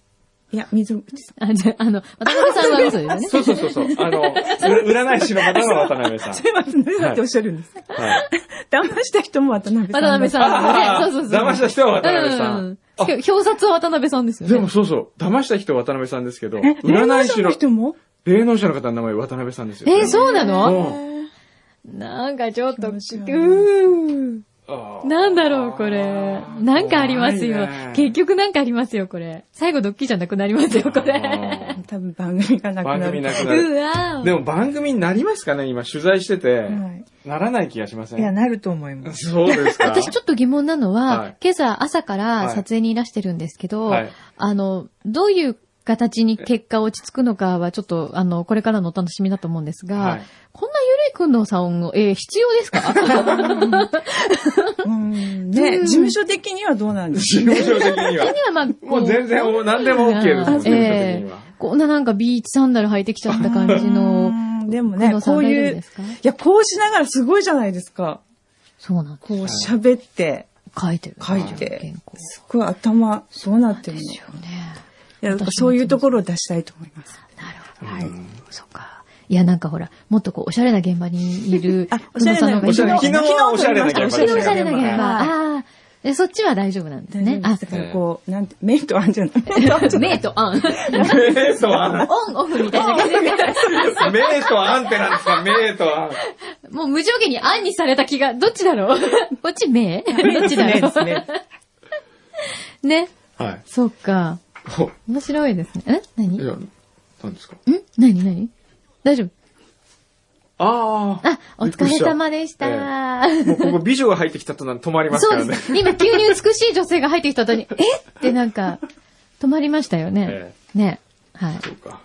[SPEAKER 5] いや、水口さん。
[SPEAKER 2] あ、じゃあ、あの、渡辺さんは嘘ですよね。
[SPEAKER 1] そうそうそうそう。あの、う占い師の方が渡辺 さん。
[SPEAKER 5] それは渡辺さんっておっしゃるんです。
[SPEAKER 1] はい。
[SPEAKER 5] 騙した人も渡辺さん。
[SPEAKER 2] 渡辺さんはね。そうそうそう。
[SPEAKER 1] 騙した人は渡辺さん
[SPEAKER 2] うしかも表札は渡辺さんですよね。
[SPEAKER 1] でもそうそう。騙した人は渡辺さんですけど、
[SPEAKER 5] え、
[SPEAKER 1] 占い師
[SPEAKER 5] の
[SPEAKER 1] の、
[SPEAKER 5] 人も
[SPEAKER 1] 霊能者の方の名前は渡辺さんですよ。
[SPEAKER 2] えーそうなの
[SPEAKER 1] うん
[SPEAKER 2] なんかちょっと、う
[SPEAKER 5] 面白い
[SPEAKER 2] ーん。
[SPEAKER 1] あー
[SPEAKER 2] なんだろう、これ。なんかありますよ
[SPEAKER 1] 怖いね。
[SPEAKER 2] 結局なんかありますよ、これ。最後ドッキリじゃなくなりますよ、これ。
[SPEAKER 1] あ
[SPEAKER 5] 多分番組がな
[SPEAKER 1] ー
[SPEAKER 5] くなる。
[SPEAKER 1] 番組なく
[SPEAKER 2] う
[SPEAKER 1] なる。
[SPEAKER 2] わー
[SPEAKER 1] でも番組になりますかね今取材してて、
[SPEAKER 5] は
[SPEAKER 1] ならない気がしませ
[SPEAKER 5] い。いや、
[SPEAKER 1] ん。
[SPEAKER 5] なると思います。
[SPEAKER 1] そうですか。
[SPEAKER 2] 私ちょっと疑問なのは、
[SPEAKER 1] はい
[SPEAKER 2] 今朝朝か
[SPEAKER 1] は
[SPEAKER 2] ら
[SPEAKER 1] い
[SPEAKER 2] 撮影にいらしてるんですけど、
[SPEAKER 1] はい
[SPEAKER 2] あの、どういう形に結果落ち着くのかはちょっと、あの、これからのお楽しみだと思うんですが、
[SPEAKER 1] はい
[SPEAKER 2] こんなゆるいくんのさんを、えー必要で すか
[SPEAKER 5] うん。ね、事務所的にはどうなんで
[SPEAKER 1] 事
[SPEAKER 5] すか
[SPEAKER 1] 務所的には。
[SPEAKER 2] 今まあ、
[SPEAKER 1] もう全然お、何でも OK ですもん、事務所的
[SPEAKER 2] え
[SPEAKER 1] に
[SPEAKER 2] え
[SPEAKER 1] は。
[SPEAKER 2] こんななんかビーチサンダル履いてきちゃった感じの、
[SPEAKER 5] うんでも
[SPEAKER 2] くん
[SPEAKER 5] ね
[SPEAKER 2] どう、さん
[SPEAKER 5] こう
[SPEAKER 2] 大丈
[SPEAKER 5] い
[SPEAKER 2] 夫
[SPEAKER 5] う、
[SPEAKER 2] で
[SPEAKER 5] い
[SPEAKER 2] すか
[SPEAKER 5] や、こうしながらすごいじゃないですか。
[SPEAKER 2] そうなん
[SPEAKER 5] こう
[SPEAKER 2] です。
[SPEAKER 5] 喋って、
[SPEAKER 2] 書いてる。
[SPEAKER 5] 書いて
[SPEAKER 2] 原稿。
[SPEAKER 5] すごい頭、そうなってるの。い
[SPEAKER 2] そうね。
[SPEAKER 5] や、そういうところを出したいと思います。、
[SPEAKER 2] なるほど。はい。そっか。いや、なんかほら、もっとこう、おしゃれな現場にいる
[SPEAKER 5] あ、おしゃれな
[SPEAKER 2] くんど
[SPEAKER 1] お
[SPEAKER 2] う
[SPEAKER 1] し
[SPEAKER 2] さ
[SPEAKER 1] ゃ
[SPEAKER 2] ん
[SPEAKER 1] れな
[SPEAKER 2] の方が
[SPEAKER 1] 昨日はおしゃれな現場でした
[SPEAKER 2] 昨日
[SPEAKER 1] けど
[SPEAKER 2] おしゃれな現場。
[SPEAKER 5] はい
[SPEAKER 2] ああ。でそっちは大丈夫なんですね。
[SPEAKER 5] 大丈夫
[SPEAKER 2] あ
[SPEAKER 5] ですだからこう、なんて、メイとアンじゃない。
[SPEAKER 2] メイとアン。
[SPEAKER 1] 名とアン。
[SPEAKER 2] オン、オフみたいな感じ
[SPEAKER 1] 名とアンってなんですか名とアン。
[SPEAKER 2] で。 もう無条件にアンにされた気が、どっちだろう こっちメイどっちだろう
[SPEAKER 5] ね。
[SPEAKER 2] ね。
[SPEAKER 1] はい。
[SPEAKER 2] そっか。
[SPEAKER 1] お
[SPEAKER 2] 面白いですね。え何
[SPEAKER 1] い
[SPEAKER 2] ん
[SPEAKER 1] や、何ですか
[SPEAKER 2] 何何大丈夫
[SPEAKER 1] ああ。
[SPEAKER 2] あ、お疲れ様でした。
[SPEAKER 1] びっくりしもうここ美女が入ってきたとなんて止まります
[SPEAKER 2] そ
[SPEAKER 1] か
[SPEAKER 2] う
[SPEAKER 1] ら
[SPEAKER 2] で
[SPEAKER 1] ね。
[SPEAKER 2] す。 今急に美しい女性が入ってきた後 に、えってなんか、止まりましたよね
[SPEAKER 1] え。
[SPEAKER 2] ね。はい。
[SPEAKER 1] そうか。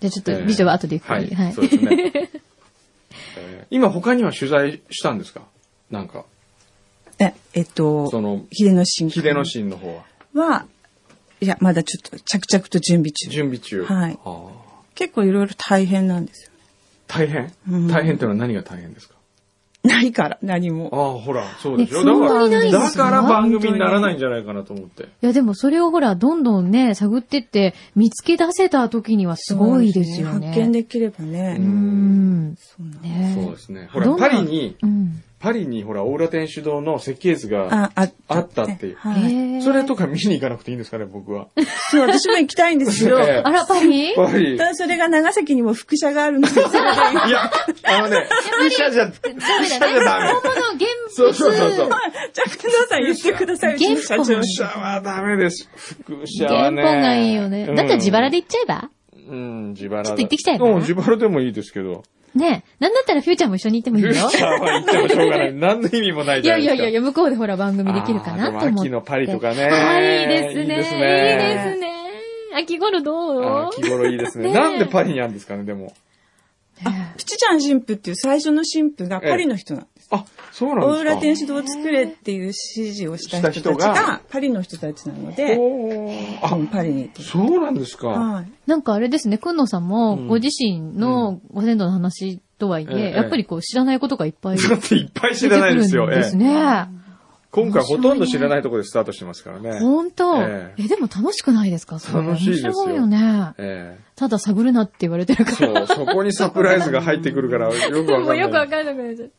[SPEAKER 2] じゃあちょっと美女は後でゆっくり。
[SPEAKER 1] は。
[SPEAKER 2] はい い
[SPEAKER 1] そう。ですね。えー今他には取材したんですかなんか、
[SPEAKER 5] え、えっと
[SPEAKER 1] そ、の、
[SPEAKER 5] 秀野新
[SPEAKER 1] 秀野真の方は。
[SPEAKER 5] は、いや、まだちょっと着々と準備中。
[SPEAKER 1] 準備中。
[SPEAKER 5] はい
[SPEAKER 1] あー
[SPEAKER 5] 結構いろいろ大変なんですよ。
[SPEAKER 1] 大変
[SPEAKER 5] うん
[SPEAKER 1] 大変ってのは何が大変ですか
[SPEAKER 5] ないから、何も。
[SPEAKER 1] ああ、ほら、そうでしょ。
[SPEAKER 2] ね
[SPEAKER 1] だか
[SPEAKER 2] そんなにない
[SPEAKER 1] ら、
[SPEAKER 2] んで
[SPEAKER 1] だ
[SPEAKER 2] すよ
[SPEAKER 1] から番組にならないんじゃないかなと思って。
[SPEAKER 2] いやでもそれをほら、どんどんね、探ってって、見つけ出せた時にはすごいですよね。
[SPEAKER 5] 発見できればね。
[SPEAKER 2] うん。
[SPEAKER 5] そうなん
[SPEAKER 2] ね
[SPEAKER 1] そうですね。ほ
[SPEAKER 2] ど
[SPEAKER 1] ら、
[SPEAKER 2] んな
[SPEAKER 1] パリに
[SPEAKER 2] うん。
[SPEAKER 1] パリにほら、オーラ天主堂の設計図が、
[SPEAKER 5] あ、あ
[SPEAKER 1] あったっていう
[SPEAKER 5] はい。
[SPEAKER 2] へー
[SPEAKER 1] それとか見に行かなくていいんですかね、僕は。
[SPEAKER 5] そう、私も行きたいんですよ。
[SPEAKER 1] ええ
[SPEAKER 2] あら、パリ
[SPEAKER 1] パリ。い
[SPEAKER 5] ただそれが長崎にも副社があるので、それが
[SPEAKER 1] や、あのね、医者じゃ、医者じゃダメ。
[SPEAKER 2] この現
[SPEAKER 1] そうそうそう そう。
[SPEAKER 5] じゃあ、工藤さん言ってください、うちの社長
[SPEAKER 1] 副社はダメです。副社は
[SPEAKER 2] 原
[SPEAKER 1] ね。
[SPEAKER 2] 本がいいよね。だったら自腹で行っちゃえば
[SPEAKER 1] うん、自腹だ。
[SPEAKER 2] ちょっと行ってきちゃえば
[SPEAKER 1] うん、自腹でもいいですけど。
[SPEAKER 2] ねえ。なんだったらフューちゃんも一緒に行ってもいい
[SPEAKER 1] フュ
[SPEAKER 2] よ
[SPEAKER 1] ー。チャーは行ってもしょうが ない。何の意味もない
[SPEAKER 2] い
[SPEAKER 1] じゃ
[SPEAKER 2] や
[SPEAKER 1] ないですか。
[SPEAKER 2] いやいやいや、向こうでほら番組できるかなと
[SPEAKER 1] あーでも
[SPEAKER 2] 思って。
[SPEAKER 1] 秋のパリとかね
[SPEAKER 2] はい、いいです
[SPEAKER 1] い
[SPEAKER 2] ね。い
[SPEAKER 1] い
[SPEAKER 2] い
[SPEAKER 1] ですね
[SPEAKER 2] ですね。秋頃どう
[SPEAKER 1] あー気頃いいですね。
[SPEAKER 2] ねえ
[SPEAKER 1] なんでパリにあるんですかね、でも。
[SPEAKER 5] あ、プチちゃん神父っていう最初の神父がパリの人なんです。
[SPEAKER 1] あ、そう
[SPEAKER 5] 大
[SPEAKER 1] なん
[SPEAKER 5] 浦天
[SPEAKER 1] です
[SPEAKER 5] 主堂を作れっていう指示をした
[SPEAKER 1] した
[SPEAKER 5] 人
[SPEAKER 1] 人
[SPEAKER 5] たち
[SPEAKER 1] が
[SPEAKER 5] が、パリの人たちなの
[SPEAKER 1] か
[SPEAKER 5] で、
[SPEAKER 1] おーあ
[SPEAKER 5] うん、パリに行って。
[SPEAKER 1] そうなんですか。
[SPEAKER 5] はい。
[SPEAKER 2] なんかあれですね、くんのさんも、
[SPEAKER 1] ん
[SPEAKER 2] ご自身のご先祖の話とはいえ、
[SPEAKER 1] ええ
[SPEAKER 2] やっぱりこう知らないことがいっ ぱい
[SPEAKER 1] だ
[SPEAKER 2] 出
[SPEAKER 1] ってていっぱい知
[SPEAKER 2] く
[SPEAKER 1] らない
[SPEAKER 2] る
[SPEAKER 1] で
[SPEAKER 2] ん
[SPEAKER 1] すよ。え
[SPEAKER 2] で
[SPEAKER 1] え
[SPEAKER 2] すね。
[SPEAKER 1] 今回ほとんど知らないところでスタートしてますからね。
[SPEAKER 2] ほんと。
[SPEAKER 1] え
[SPEAKER 2] え、でも楽しくないですかそれ
[SPEAKER 1] 楽しいですよ
[SPEAKER 2] 面白いよね。
[SPEAKER 1] え
[SPEAKER 2] ただ探るなって言われてる
[SPEAKER 1] え
[SPEAKER 2] か
[SPEAKER 1] そう、そこにサプライズが入ってくるから、よく
[SPEAKER 2] ら。
[SPEAKER 1] わ
[SPEAKER 2] も
[SPEAKER 1] かな
[SPEAKER 2] うんよくわ
[SPEAKER 1] い。
[SPEAKER 2] かんなくなっちゃう。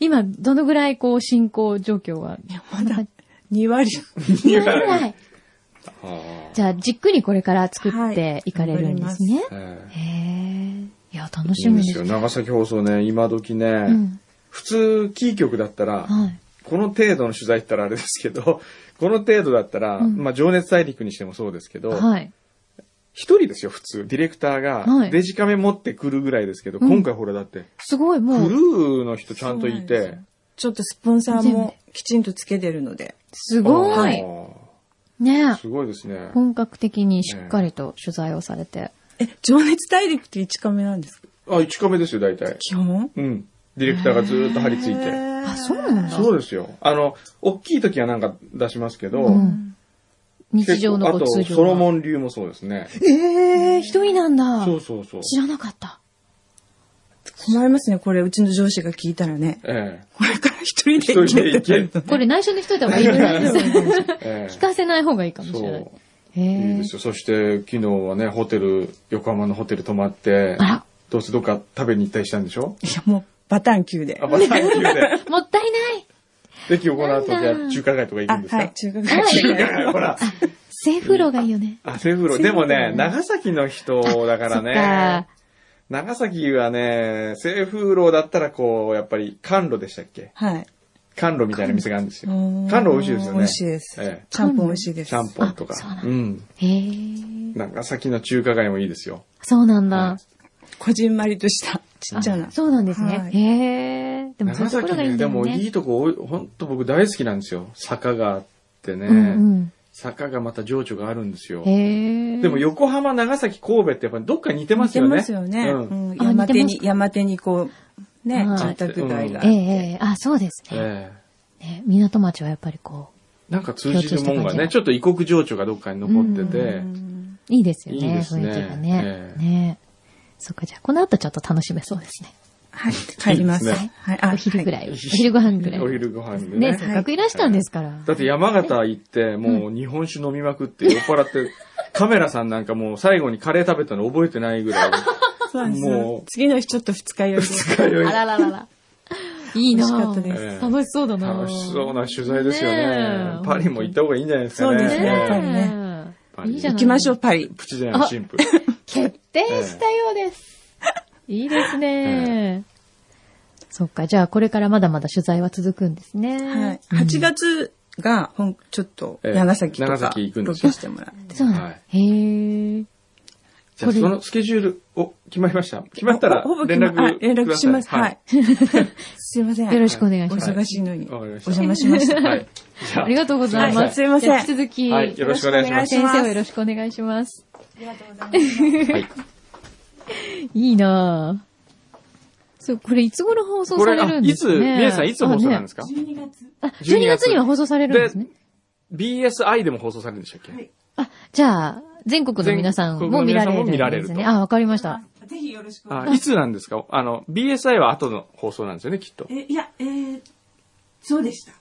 [SPEAKER 2] 今、どのぐらいこう進行状況は
[SPEAKER 5] まだ2割。
[SPEAKER 2] どのぐ らい
[SPEAKER 1] あー
[SPEAKER 2] じゃあ、じっくりこれから作っていかれるんですね。
[SPEAKER 1] え
[SPEAKER 2] へえ。いや、楽
[SPEAKER 1] え
[SPEAKER 2] し
[SPEAKER 1] いい
[SPEAKER 2] み
[SPEAKER 1] で
[SPEAKER 2] ですす
[SPEAKER 1] よ。
[SPEAKER 2] ね。
[SPEAKER 1] 長崎放送ね、今時ね、
[SPEAKER 2] うん。
[SPEAKER 1] 普通キー局だったら、
[SPEAKER 2] はい。
[SPEAKER 1] この程度の取材って言ったらあれですけど、 この程度だったら、
[SPEAKER 2] うん
[SPEAKER 1] まあ情熱大陸にしてもそうですけど、一、
[SPEAKER 2] はい。
[SPEAKER 1] 人ですよ、普通。ディレクター
[SPEAKER 2] は
[SPEAKER 1] が、
[SPEAKER 2] い
[SPEAKER 1] デジカメ持ってくるぐらいですけど、
[SPEAKER 2] うん
[SPEAKER 1] 今回ほらだって、
[SPEAKER 2] すごい、
[SPEAKER 1] ク
[SPEAKER 2] も
[SPEAKER 1] ル
[SPEAKER 2] う、
[SPEAKER 1] ーの人ちゃんとい
[SPEAKER 5] そうなん
[SPEAKER 1] て
[SPEAKER 5] で、ちょっとスポンサーもきちんとつけてるので。
[SPEAKER 2] すごい。
[SPEAKER 1] あ
[SPEAKER 2] ね
[SPEAKER 1] ーすごいですね。
[SPEAKER 2] 本格的にしっかりと取材をされて。
[SPEAKER 5] え、情熱大陸って1カメなんですか
[SPEAKER 1] あ、1カメですよ、大体。
[SPEAKER 5] 基本
[SPEAKER 1] うん。ディレクターがずーっと張り付いて。
[SPEAKER 5] あ
[SPEAKER 2] あ、そうなんだ。
[SPEAKER 1] そうですよ。あの、大きい時はなんか出しますけど、
[SPEAKER 2] うん日常の
[SPEAKER 1] あ
[SPEAKER 2] ご
[SPEAKER 1] と
[SPEAKER 2] 通、
[SPEAKER 1] ソロ
[SPEAKER 2] 常
[SPEAKER 1] モ
[SPEAKER 2] は。
[SPEAKER 1] ン流もそうですね。
[SPEAKER 2] えー、一人なんだ
[SPEAKER 1] そ。うそうそう。
[SPEAKER 2] 知らなかった。
[SPEAKER 5] 困りますね、これ。うちの上司が聞いたらね。
[SPEAKER 1] え
[SPEAKER 5] これから一人で
[SPEAKER 1] 一
[SPEAKER 5] 行
[SPEAKER 1] 人で
[SPEAKER 5] け
[SPEAKER 1] 行
[SPEAKER 5] って
[SPEAKER 1] けって
[SPEAKER 2] これ内緒にしといた方がいいみ たいです。
[SPEAKER 1] え。え
[SPEAKER 2] 聞かせない方がいいか
[SPEAKER 1] え。
[SPEAKER 2] もしれない
[SPEAKER 1] そ。
[SPEAKER 2] へ
[SPEAKER 1] う。いい
[SPEAKER 2] え
[SPEAKER 1] で。すよ。そして、昨日はね、ホテル、横浜のホテル泊まって
[SPEAKER 2] あ、ら、
[SPEAKER 1] どうせどっか食べに行ったりしたんで しょ
[SPEAKER 5] いや、もう、バタン級で
[SPEAKER 1] あ、。バタン級で。
[SPEAKER 2] もったいない
[SPEAKER 1] で、今日この後、じ
[SPEAKER 2] なん
[SPEAKER 1] ゃあ
[SPEAKER 2] だ
[SPEAKER 1] 中華街とか行く
[SPEAKER 5] あ、
[SPEAKER 1] んですか、
[SPEAKER 5] はい、中学
[SPEAKER 2] はい
[SPEAKER 5] 生。
[SPEAKER 1] ほら。
[SPEAKER 2] セーフローがいいよね。
[SPEAKER 1] あ、セフロ。でもね、長崎の人だから
[SPEAKER 2] そっか
[SPEAKER 1] ね、長崎はね、西風楼だったらこう、やっぱり、甘露でしたっけ
[SPEAKER 5] はい。
[SPEAKER 1] 甘露みたいな店があるんですよ。
[SPEAKER 5] うん
[SPEAKER 1] 甘露美味しいですよね。
[SPEAKER 5] 美味しいです
[SPEAKER 1] え
[SPEAKER 5] ちゃんぽん美味しいで
[SPEAKER 1] え。
[SPEAKER 5] す。
[SPEAKER 1] ちゃんぽんとか
[SPEAKER 2] あそうな。
[SPEAKER 1] う
[SPEAKER 2] んだ
[SPEAKER 1] ん。
[SPEAKER 2] へえ。
[SPEAKER 1] 長崎の中華街もいいですよ。
[SPEAKER 2] そうなん
[SPEAKER 1] は
[SPEAKER 2] だ。
[SPEAKER 5] こじんまりとした、ちっちゃな
[SPEAKER 2] あ。そうなんです
[SPEAKER 5] は
[SPEAKER 2] ね。
[SPEAKER 5] い
[SPEAKER 2] へえ。でもそうい
[SPEAKER 1] 長
[SPEAKER 2] う
[SPEAKER 1] 崎
[SPEAKER 2] ところがいい
[SPEAKER 1] ね、
[SPEAKER 2] んだ
[SPEAKER 1] で
[SPEAKER 2] よ
[SPEAKER 1] もい
[SPEAKER 2] ね。
[SPEAKER 1] いとこ多い、ほんと僕大好きなんですよ。坂があってね。
[SPEAKER 2] うん
[SPEAKER 1] 坂がまた情緒があるんですよ
[SPEAKER 2] うん。。へえ。
[SPEAKER 1] でも横浜、長崎、神戸ってやっぱりどっか似てますよね。
[SPEAKER 5] 似てますよね。
[SPEAKER 1] う。
[SPEAKER 5] うんん
[SPEAKER 2] あ
[SPEAKER 5] 山手
[SPEAKER 2] 似
[SPEAKER 5] に、山手にこう、ね、
[SPEAKER 2] はい
[SPEAKER 5] 住宅街があっ
[SPEAKER 2] ええ
[SPEAKER 5] て。
[SPEAKER 2] ええ、あ、そうですね。
[SPEAKER 1] ええ。
[SPEAKER 2] ね港町はやっぱりこ
[SPEAKER 1] なんか通じるもんが
[SPEAKER 2] 共通した感じが
[SPEAKER 1] ね、ちょっと異国情緒がどっかに残ってて、
[SPEAKER 5] うん
[SPEAKER 2] う、いいですよ
[SPEAKER 1] いい
[SPEAKER 2] ね、
[SPEAKER 1] です
[SPEAKER 2] 雰
[SPEAKER 1] ね
[SPEAKER 2] 囲気が
[SPEAKER 1] え
[SPEAKER 2] ね。
[SPEAKER 1] え
[SPEAKER 2] ねそっか、じゃあこの後ちょっと楽しめそうですね。
[SPEAKER 5] はい、帰ります。
[SPEAKER 1] いい
[SPEAKER 5] は
[SPEAKER 1] です
[SPEAKER 5] い、あ
[SPEAKER 2] お昼ぐら。
[SPEAKER 5] はい
[SPEAKER 2] お昼ご飯ぐら
[SPEAKER 1] お
[SPEAKER 2] い。
[SPEAKER 1] 昼ご飯でね。
[SPEAKER 2] ねせっかくいらしたんですから。
[SPEAKER 1] だって山形行って、もう日本酒飲みまくって酔っ払って、カメラさんなんかもう最後にカレー食べたの覚えてないぐらい。
[SPEAKER 5] そうなんです
[SPEAKER 1] も
[SPEAKER 5] よ
[SPEAKER 1] う。
[SPEAKER 5] 次の日ちょっと二日酔いで。
[SPEAKER 1] 通い
[SPEAKER 2] あらららら。いいな
[SPEAKER 5] 美味しかった
[SPEAKER 2] ぁ
[SPEAKER 5] です
[SPEAKER 1] ええ
[SPEAKER 2] 楽しそうだなぁ
[SPEAKER 1] 楽しそうな取材ですよね
[SPEAKER 2] ね。え
[SPEAKER 1] パリも行った方がいいんじゃないですかね。
[SPEAKER 5] そうですね
[SPEAKER 1] ええ
[SPEAKER 5] ぱり
[SPEAKER 2] ね
[SPEAKER 1] パ
[SPEAKER 2] え
[SPEAKER 1] リ
[SPEAKER 2] いいじゃ
[SPEAKER 5] 行
[SPEAKER 2] ない
[SPEAKER 5] きましょう、パリ。
[SPEAKER 1] プチジャイのシンプル。
[SPEAKER 2] 決定したようです。 いいですね。そっか、じゃあこれからまだまだ取材は続くんですね。
[SPEAKER 5] はい。
[SPEAKER 2] うん
[SPEAKER 5] 8月が、ほん、ちょっと、
[SPEAKER 1] ええ
[SPEAKER 5] 長崎と
[SPEAKER 1] 長
[SPEAKER 5] か、
[SPEAKER 1] 崎行くんで
[SPEAKER 5] ロ
[SPEAKER 1] すよ
[SPEAKER 5] ケしてもらって。
[SPEAKER 2] そうなん
[SPEAKER 1] は
[SPEAKER 2] だ
[SPEAKER 1] い。
[SPEAKER 2] へー。
[SPEAKER 1] じゃあ
[SPEAKER 2] これ
[SPEAKER 1] そのスケジュール、お、決まりました。決まったら
[SPEAKER 5] ほほぼ
[SPEAKER 1] 連
[SPEAKER 5] 決
[SPEAKER 1] 絡く
[SPEAKER 5] ま
[SPEAKER 1] だ
[SPEAKER 5] あ
[SPEAKER 1] さい。
[SPEAKER 5] 連絡します。はい。。 すいません。
[SPEAKER 2] よろしくお願いし
[SPEAKER 5] お
[SPEAKER 2] ます。
[SPEAKER 5] 忙しいのに。
[SPEAKER 1] わかりました
[SPEAKER 5] お邪魔しました。
[SPEAKER 1] はい。じゃ
[SPEAKER 2] ありがとうございます。
[SPEAKER 5] すいません
[SPEAKER 2] じゃあ引き続き、
[SPEAKER 1] はいよろしくお願いします
[SPEAKER 2] 先生をよろしくお願いします。
[SPEAKER 1] はい。
[SPEAKER 2] いいなぁ。そう、これいつ頃放送
[SPEAKER 1] こ
[SPEAKER 2] さ
[SPEAKER 1] れ、
[SPEAKER 2] れ
[SPEAKER 1] あ
[SPEAKER 2] るん
[SPEAKER 1] い
[SPEAKER 2] で
[SPEAKER 1] つ、
[SPEAKER 2] すかね
[SPEAKER 1] みえさんいつ放送なんです
[SPEAKER 2] か
[SPEAKER 1] か
[SPEAKER 2] あ、12月には放送されるんですね。
[SPEAKER 1] ?BSI でも放送されるんでしたっけ
[SPEAKER 2] あ、じゃあ、全国の皆さんも見られ
[SPEAKER 1] 全国の皆さ
[SPEAKER 2] るんですね。
[SPEAKER 1] んも見られると
[SPEAKER 2] あ、わかりました。
[SPEAKER 5] ぜひよろしく
[SPEAKER 1] あいつなんですかあの、BSI は後の放送なんですよね、きっと。
[SPEAKER 5] え、いや、えー、そうでした。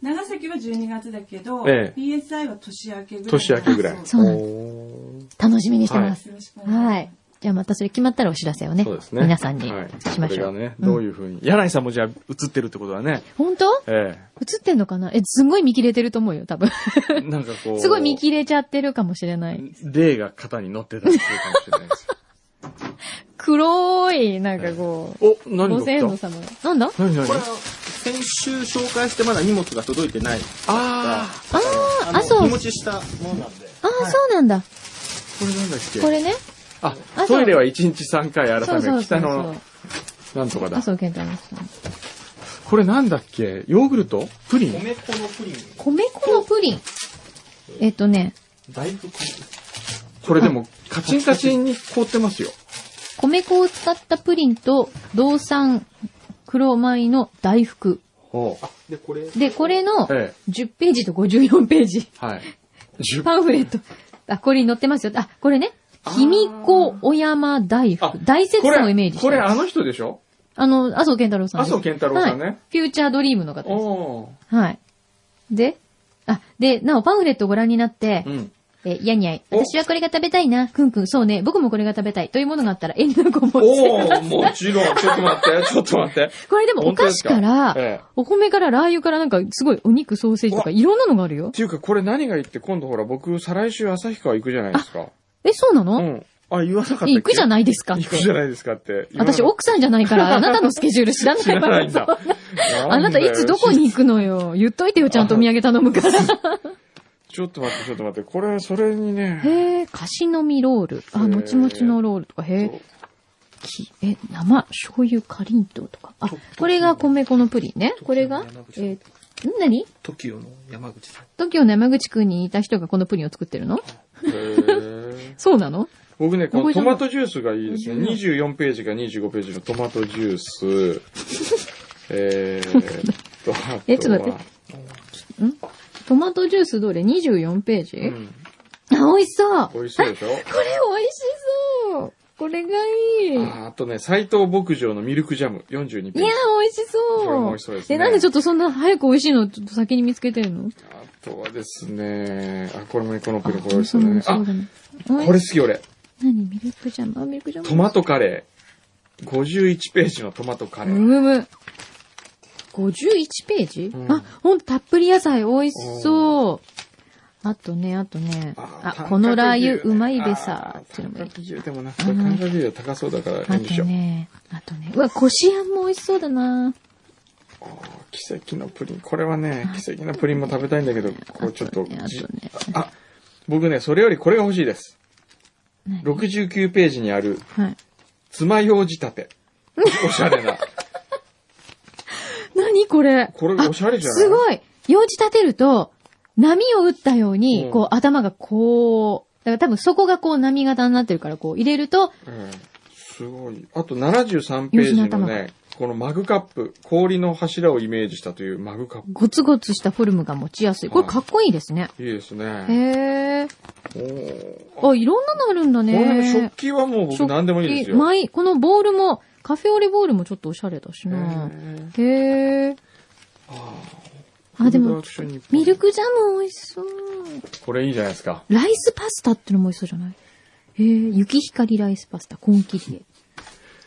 [SPEAKER 5] 長崎は12月だけど、
[SPEAKER 1] ええ
[SPEAKER 5] BSI は年明けぐらい。
[SPEAKER 1] 年明けぐらい。
[SPEAKER 2] そうなん
[SPEAKER 1] おー
[SPEAKER 2] 楽しみにしてます。
[SPEAKER 5] よろしくお願いします
[SPEAKER 2] はい。じゃあまたそれ決まったらお知らせをね、
[SPEAKER 1] そうですね。
[SPEAKER 2] 皆さんに
[SPEAKER 1] はい
[SPEAKER 2] しましょ
[SPEAKER 1] これが
[SPEAKER 2] う。
[SPEAKER 1] ね、
[SPEAKER 2] うん
[SPEAKER 1] どういうふうに。柳井さんもじゃあ映ってるってことだね。
[SPEAKER 2] 本当
[SPEAKER 1] え
[SPEAKER 2] 映ってんのかなえ、すんごい見切れてると思うよ、多分。
[SPEAKER 1] えなんかこう。
[SPEAKER 2] すごい見切れちゃってるかもしれない。
[SPEAKER 1] 霊が肩に乗ってたりするかもしれないですよ。
[SPEAKER 2] 黒い、なんかこう。
[SPEAKER 1] お、
[SPEAKER 2] ご
[SPEAKER 1] 何が
[SPEAKER 2] 先祖
[SPEAKER 1] 来た
[SPEAKER 2] 様が。なんだ
[SPEAKER 1] 何何
[SPEAKER 6] これ、先週紹介してまだ荷物が届いてない。
[SPEAKER 1] ああ、
[SPEAKER 2] あ
[SPEAKER 6] あ
[SPEAKER 2] あ、あ、
[SPEAKER 6] の
[SPEAKER 2] そ
[SPEAKER 6] お
[SPEAKER 2] う。
[SPEAKER 6] 持ちしたものなんで。
[SPEAKER 2] ああ、そうなんだ。
[SPEAKER 1] これなんだっけ
[SPEAKER 2] これね。
[SPEAKER 1] あ
[SPEAKER 2] あ、
[SPEAKER 1] トイレは1日3回改め、
[SPEAKER 2] そうそうそ
[SPEAKER 1] 北
[SPEAKER 2] う
[SPEAKER 1] の
[SPEAKER 2] そ、
[SPEAKER 1] なんとか
[SPEAKER 2] う。
[SPEAKER 1] だ
[SPEAKER 2] 麻。生健太郎さん。
[SPEAKER 1] これなんだっけヨーグルトプリン
[SPEAKER 6] 米粉のプリン。
[SPEAKER 2] 米粉のプリン。えっとね、
[SPEAKER 6] だいぶこ
[SPEAKER 1] これでも、カチンカチンに凍ってますよ。
[SPEAKER 2] 米粉を使ったプリンと、道産黒米の大福。
[SPEAKER 1] おう
[SPEAKER 6] うで、これ、
[SPEAKER 2] で、これの
[SPEAKER 1] え
[SPEAKER 2] 10ページと54ページ。
[SPEAKER 1] え、はい。10
[SPEAKER 2] パンフレット。あ、これに載ってますよ。あ、これね。君子お山大
[SPEAKER 1] あ
[SPEAKER 2] 福。大雪
[SPEAKER 1] こ
[SPEAKER 2] 山を
[SPEAKER 1] れ、
[SPEAKER 2] イメージして
[SPEAKER 1] これ
[SPEAKER 2] る。
[SPEAKER 1] あの人でしょ
[SPEAKER 2] あの、麻生健太郎さんです。
[SPEAKER 1] 麻生健太郎さんね
[SPEAKER 2] はい。フューチャードリームの方です。
[SPEAKER 1] お
[SPEAKER 2] はい。で、あ、で、なおパンフレットをご覧になって
[SPEAKER 1] ーう、ん。
[SPEAKER 2] え、やにゃい。
[SPEAKER 1] お
[SPEAKER 2] 私はこれが食べたいな。くんくん、そうね。僕もこれが食べたい。というものがあったら遠慮を持
[SPEAKER 1] お
[SPEAKER 2] って。
[SPEAKER 1] ーもちろん。ちょっと待って、ちょっと待って。
[SPEAKER 2] これでもお
[SPEAKER 1] 本当
[SPEAKER 2] 菓
[SPEAKER 1] で
[SPEAKER 2] 子
[SPEAKER 1] す
[SPEAKER 2] か、
[SPEAKER 1] からええ
[SPEAKER 2] お米からラー油からなんかすごいお肉、ソーセージとかいろんなのがあるよ
[SPEAKER 1] っ。ていうか、これ何がいいって、今度ほら、僕、再来週旭川行くじゃないですか。
[SPEAKER 2] え、そうな
[SPEAKER 1] う
[SPEAKER 2] の、
[SPEAKER 1] ん。あ、言わなかったっけ
[SPEAKER 2] え行くじゃ
[SPEAKER 1] い
[SPEAKER 2] ないですかって。
[SPEAKER 1] 行くじゃないですかって。言わな
[SPEAKER 2] 私、
[SPEAKER 1] かっ
[SPEAKER 2] 奥さんじゃな いから、あなたのスケジュール知らな
[SPEAKER 1] た
[SPEAKER 2] い
[SPEAKER 1] 知
[SPEAKER 2] から
[SPEAKER 1] ないんだ。
[SPEAKER 2] そうあなたいつどこ
[SPEAKER 1] に
[SPEAKER 2] に行くのよ。言っといてよ、ちゃんとお土産頼むから。
[SPEAKER 1] ちょっと待って、ちょっと待って。これ、それにね。
[SPEAKER 2] へえ、菓子のみロール。あ、
[SPEAKER 1] へえ
[SPEAKER 2] もちもちのロールとか、へえ、きえ、生、醤油、かりんとうとか。あ、これが米粉のプリンね。これが、えー、ん何
[SPEAKER 6] TOKIO の山口さん。
[SPEAKER 2] ?TOKIO の山口くんにいた人がこのプリンを作ってるの
[SPEAKER 1] へー
[SPEAKER 2] そうなの
[SPEAKER 1] 僕ね、この
[SPEAKER 2] ここじゃ
[SPEAKER 1] ト
[SPEAKER 2] な
[SPEAKER 1] マ
[SPEAKER 2] い
[SPEAKER 1] トジュースがいいですね。24ページか25ページのトマトジュース。えーっと、あとは
[SPEAKER 2] えちょっと待トマトジュースどれ ?24 ページ、
[SPEAKER 1] うん。
[SPEAKER 2] あ、美味しそう
[SPEAKER 1] 美
[SPEAKER 2] こ
[SPEAKER 1] 味しそうでしょ
[SPEAKER 2] れ美味しそうこれがいいいや
[SPEAKER 1] ああとね、斎藤牧場のミルクジャム42ページ。
[SPEAKER 2] 美味しそう
[SPEAKER 1] これも美味しそうですね
[SPEAKER 2] え、なんでちょっとそんな早く美味しいのをちょっと先に見つけてるの
[SPEAKER 1] あとはですね、あ、これもねこのプリンこれ美
[SPEAKER 2] あ
[SPEAKER 1] 味しそうだね。
[SPEAKER 2] そう
[SPEAKER 1] あ
[SPEAKER 2] だ、ね
[SPEAKER 1] これ好き俺。
[SPEAKER 2] 何ミルクジャムあ、ミルクジャム。
[SPEAKER 1] トマトカレー。51ページのトマトカレ
[SPEAKER 2] む
[SPEAKER 1] ー。
[SPEAKER 2] むむ。51ページ、
[SPEAKER 1] うん
[SPEAKER 2] あ、ほんとたっぷり野菜美味しそう。あとね、あとね。あ、このラー油うまいべさ。っていうのもいい
[SPEAKER 1] 1でもな、これ単価重高そうだから、
[SPEAKER 2] あ
[SPEAKER 1] いいでし
[SPEAKER 2] と
[SPEAKER 1] ょ。
[SPEAKER 2] ね、あとね。うわ、こしあんも美味しそうだな。
[SPEAKER 1] あー奇跡のプリン。これはね、奇跡のプリンも食べたいんだけど、こうちょっと
[SPEAKER 2] あとね、あ
[SPEAKER 1] じ
[SPEAKER 2] とね。
[SPEAKER 1] あ、僕ね、それよりこれが欲しいです。
[SPEAKER 2] 何
[SPEAKER 1] 69ページにある、
[SPEAKER 2] はい。
[SPEAKER 1] 爪楊枝立て。おしゃれな。
[SPEAKER 2] 何これ
[SPEAKER 1] これ
[SPEAKER 2] あ
[SPEAKER 1] おしゃれじゃない
[SPEAKER 2] すごい用事立てると、波を打ったように、
[SPEAKER 1] うん
[SPEAKER 2] こう頭がこう、だから多分そこがこう波型になってるから、こう入れると、
[SPEAKER 1] うんすごい。あと73ページのね、このマグカップ、氷の柱をイメージしたというマグカップ。
[SPEAKER 2] ゴツゴツしたフォルムが持ちやすい。これかっこいいですね。
[SPEAKER 1] いいですね。
[SPEAKER 2] へえ。
[SPEAKER 1] おー
[SPEAKER 2] あ、いろんなのあるんだ
[SPEAKER 1] これね、
[SPEAKER 2] ね
[SPEAKER 1] 食。器はもう僕何でもいいですよ。
[SPEAKER 2] マイ、このボールも、カフェオレボールもちょっとおしゃれだし
[SPEAKER 1] へ
[SPEAKER 2] な。
[SPEAKER 1] ー
[SPEAKER 2] へえ。あ、でも、、ミルクジャム美味しそう。
[SPEAKER 1] これいいじゃないですか。
[SPEAKER 2] ライスパスタってのも美味しそうじゃないへえ、雪光ライスパスタ、コンキリエ。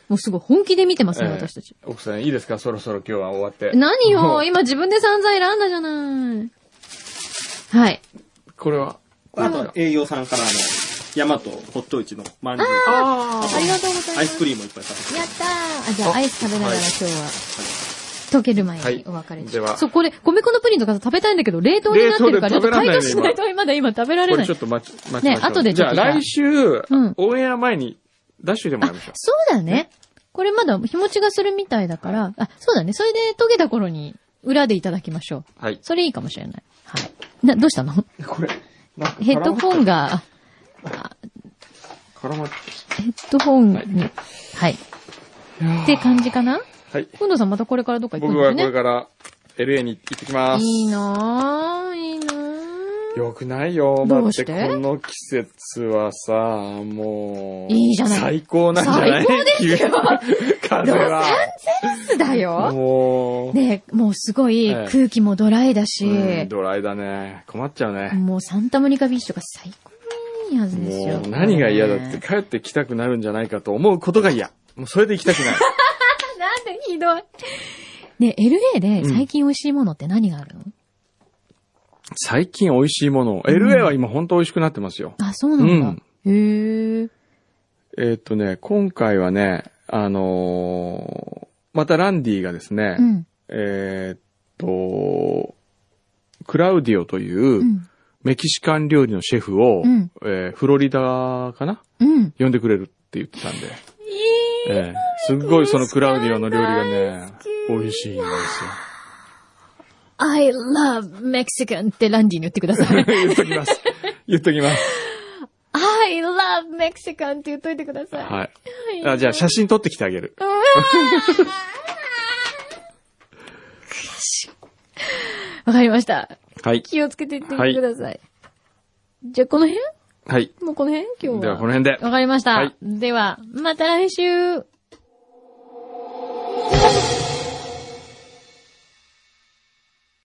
[SPEAKER 2] もうすごい、本気で見てますね、
[SPEAKER 1] ええ
[SPEAKER 2] 私たち。
[SPEAKER 1] 奥さん、いいですかそろそろ今日は終わって。
[SPEAKER 2] 何
[SPEAKER 1] も
[SPEAKER 2] よ、
[SPEAKER 1] う
[SPEAKER 2] 今自分で散々選んだじゃない。はい。
[SPEAKER 1] これは
[SPEAKER 6] あと、栄養さんからの、ヤマトホットイチのまんじゅう。
[SPEAKER 1] あ
[SPEAKER 2] ありがとうございます。
[SPEAKER 6] アイスクリームをいっぱい食べて
[SPEAKER 2] やったーあ、じゃあ、
[SPEAKER 1] あ
[SPEAKER 2] アイス食べながら今日は、溶ける前にお別れし
[SPEAKER 1] はいでは
[SPEAKER 2] そう、これ、米粉のプリンとかさ食べたいんだけど、冷凍になってるから、ち
[SPEAKER 1] 冷
[SPEAKER 2] ょ
[SPEAKER 1] 凍で食べ
[SPEAKER 2] っと
[SPEAKER 1] られ
[SPEAKER 2] 解
[SPEAKER 1] ない
[SPEAKER 2] 凍
[SPEAKER 1] ね
[SPEAKER 2] しないとまだ今食べられ
[SPEAKER 1] こ
[SPEAKER 2] な
[SPEAKER 1] れ
[SPEAKER 2] い。
[SPEAKER 1] ちょ
[SPEAKER 2] そう
[SPEAKER 1] っと待ち、待ちましょう。
[SPEAKER 2] ね後でち
[SPEAKER 1] じ
[SPEAKER 2] ょっ
[SPEAKER 1] ゃ
[SPEAKER 2] と
[SPEAKER 1] あ
[SPEAKER 2] じゃあ
[SPEAKER 1] 来週
[SPEAKER 2] うん、
[SPEAKER 1] オンエア前に、ダッシュでもやりましょう。
[SPEAKER 2] だね。これまだ日持ちがするみたいだから、あ、そうだね。それで溶けた頃に、裏でいただきましょう。
[SPEAKER 1] はい。
[SPEAKER 2] それいいかもしれない。はい。な、どうしたの
[SPEAKER 1] これ、なんか
[SPEAKER 2] ヘッドホンが、
[SPEAKER 1] 絡まって。
[SPEAKER 2] ヘッドホンに、はい。って感じかな
[SPEAKER 1] はい。
[SPEAKER 2] くんどさんまたこれからどっか行くん
[SPEAKER 1] 僕
[SPEAKER 2] です
[SPEAKER 1] は
[SPEAKER 2] よ
[SPEAKER 1] これ
[SPEAKER 2] ね。
[SPEAKER 1] から LA に行ってきます。
[SPEAKER 2] いいなぁ、いいなぁ。
[SPEAKER 1] よくないよ。だ
[SPEAKER 2] どう
[SPEAKER 1] っ
[SPEAKER 2] して
[SPEAKER 1] てこの季節はさ、もう。
[SPEAKER 2] いいじゃない
[SPEAKER 1] 最高なんじゃない
[SPEAKER 2] 最
[SPEAKER 1] 高ですよ。風は。
[SPEAKER 2] だよ。
[SPEAKER 1] もう、
[SPEAKER 2] ねもうすごい
[SPEAKER 1] ええ
[SPEAKER 2] 空気もドライだし、
[SPEAKER 1] うんドライだね。困っちゃうね。
[SPEAKER 2] もうサンタモニカビーチとか最高ないはずですよ
[SPEAKER 1] も。う何が嫌だって
[SPEAKER 2] ね
[SPEAKER 1] 帰ってきたくなるんじゃないかと思うことが嫌。もうそれで行きたく ない。
[SPEAKER 2] なんでひどい。ね、LA で最近美味しいものって何があるの、
[SPEAKER 1] 最近美味しいものを。LA は今本当美味しくなってますよ。
[SPEAKER 2] あ、そうなんだ。へえ。
[SPEAKER 1] えーっとね、今回はね、あのーまたランディがですね、
[SPEAKER 2] うん。
[SPEAKER 1] えーっと、クラウディオと
[SPEAKER 2] う。
[SPEAKER 1] いうんメキシカン料理のシェフを、
[SPEAKER 2] うん
[SPEAKER 1] えーフロリダかな
[SPEAKER 2] うん。
[SPEAKER 1] 呼んでくれるって言ってたんで。ええすっごいそのクラウディオの料理がね、美味しいんですよ。
[SPEAKER 2] I love Mexican ってランディに言ってください。
[SPEAKER 1] 言っとき ます。言っときます。
[SPEAKER 2] I love Mexican って言っといてください。
[SPEAKER 1] はい。あじゃあ写真撮ってきてあげる。
[SPEAKER 2] わかりました。
[SPEAKER 1] はい。
[SPEAKER 2] 気をつけていってみてください。じゃあこの辺
[SPEAKER 1] はい。
[SPEAKER 2] もうこの辺今日は。
[SPEAKER 1] ではこの辺で。
[SPEAKER 2] わかりました。
[SPEAKER 1] はい
[SPEAKER 2] では、また来週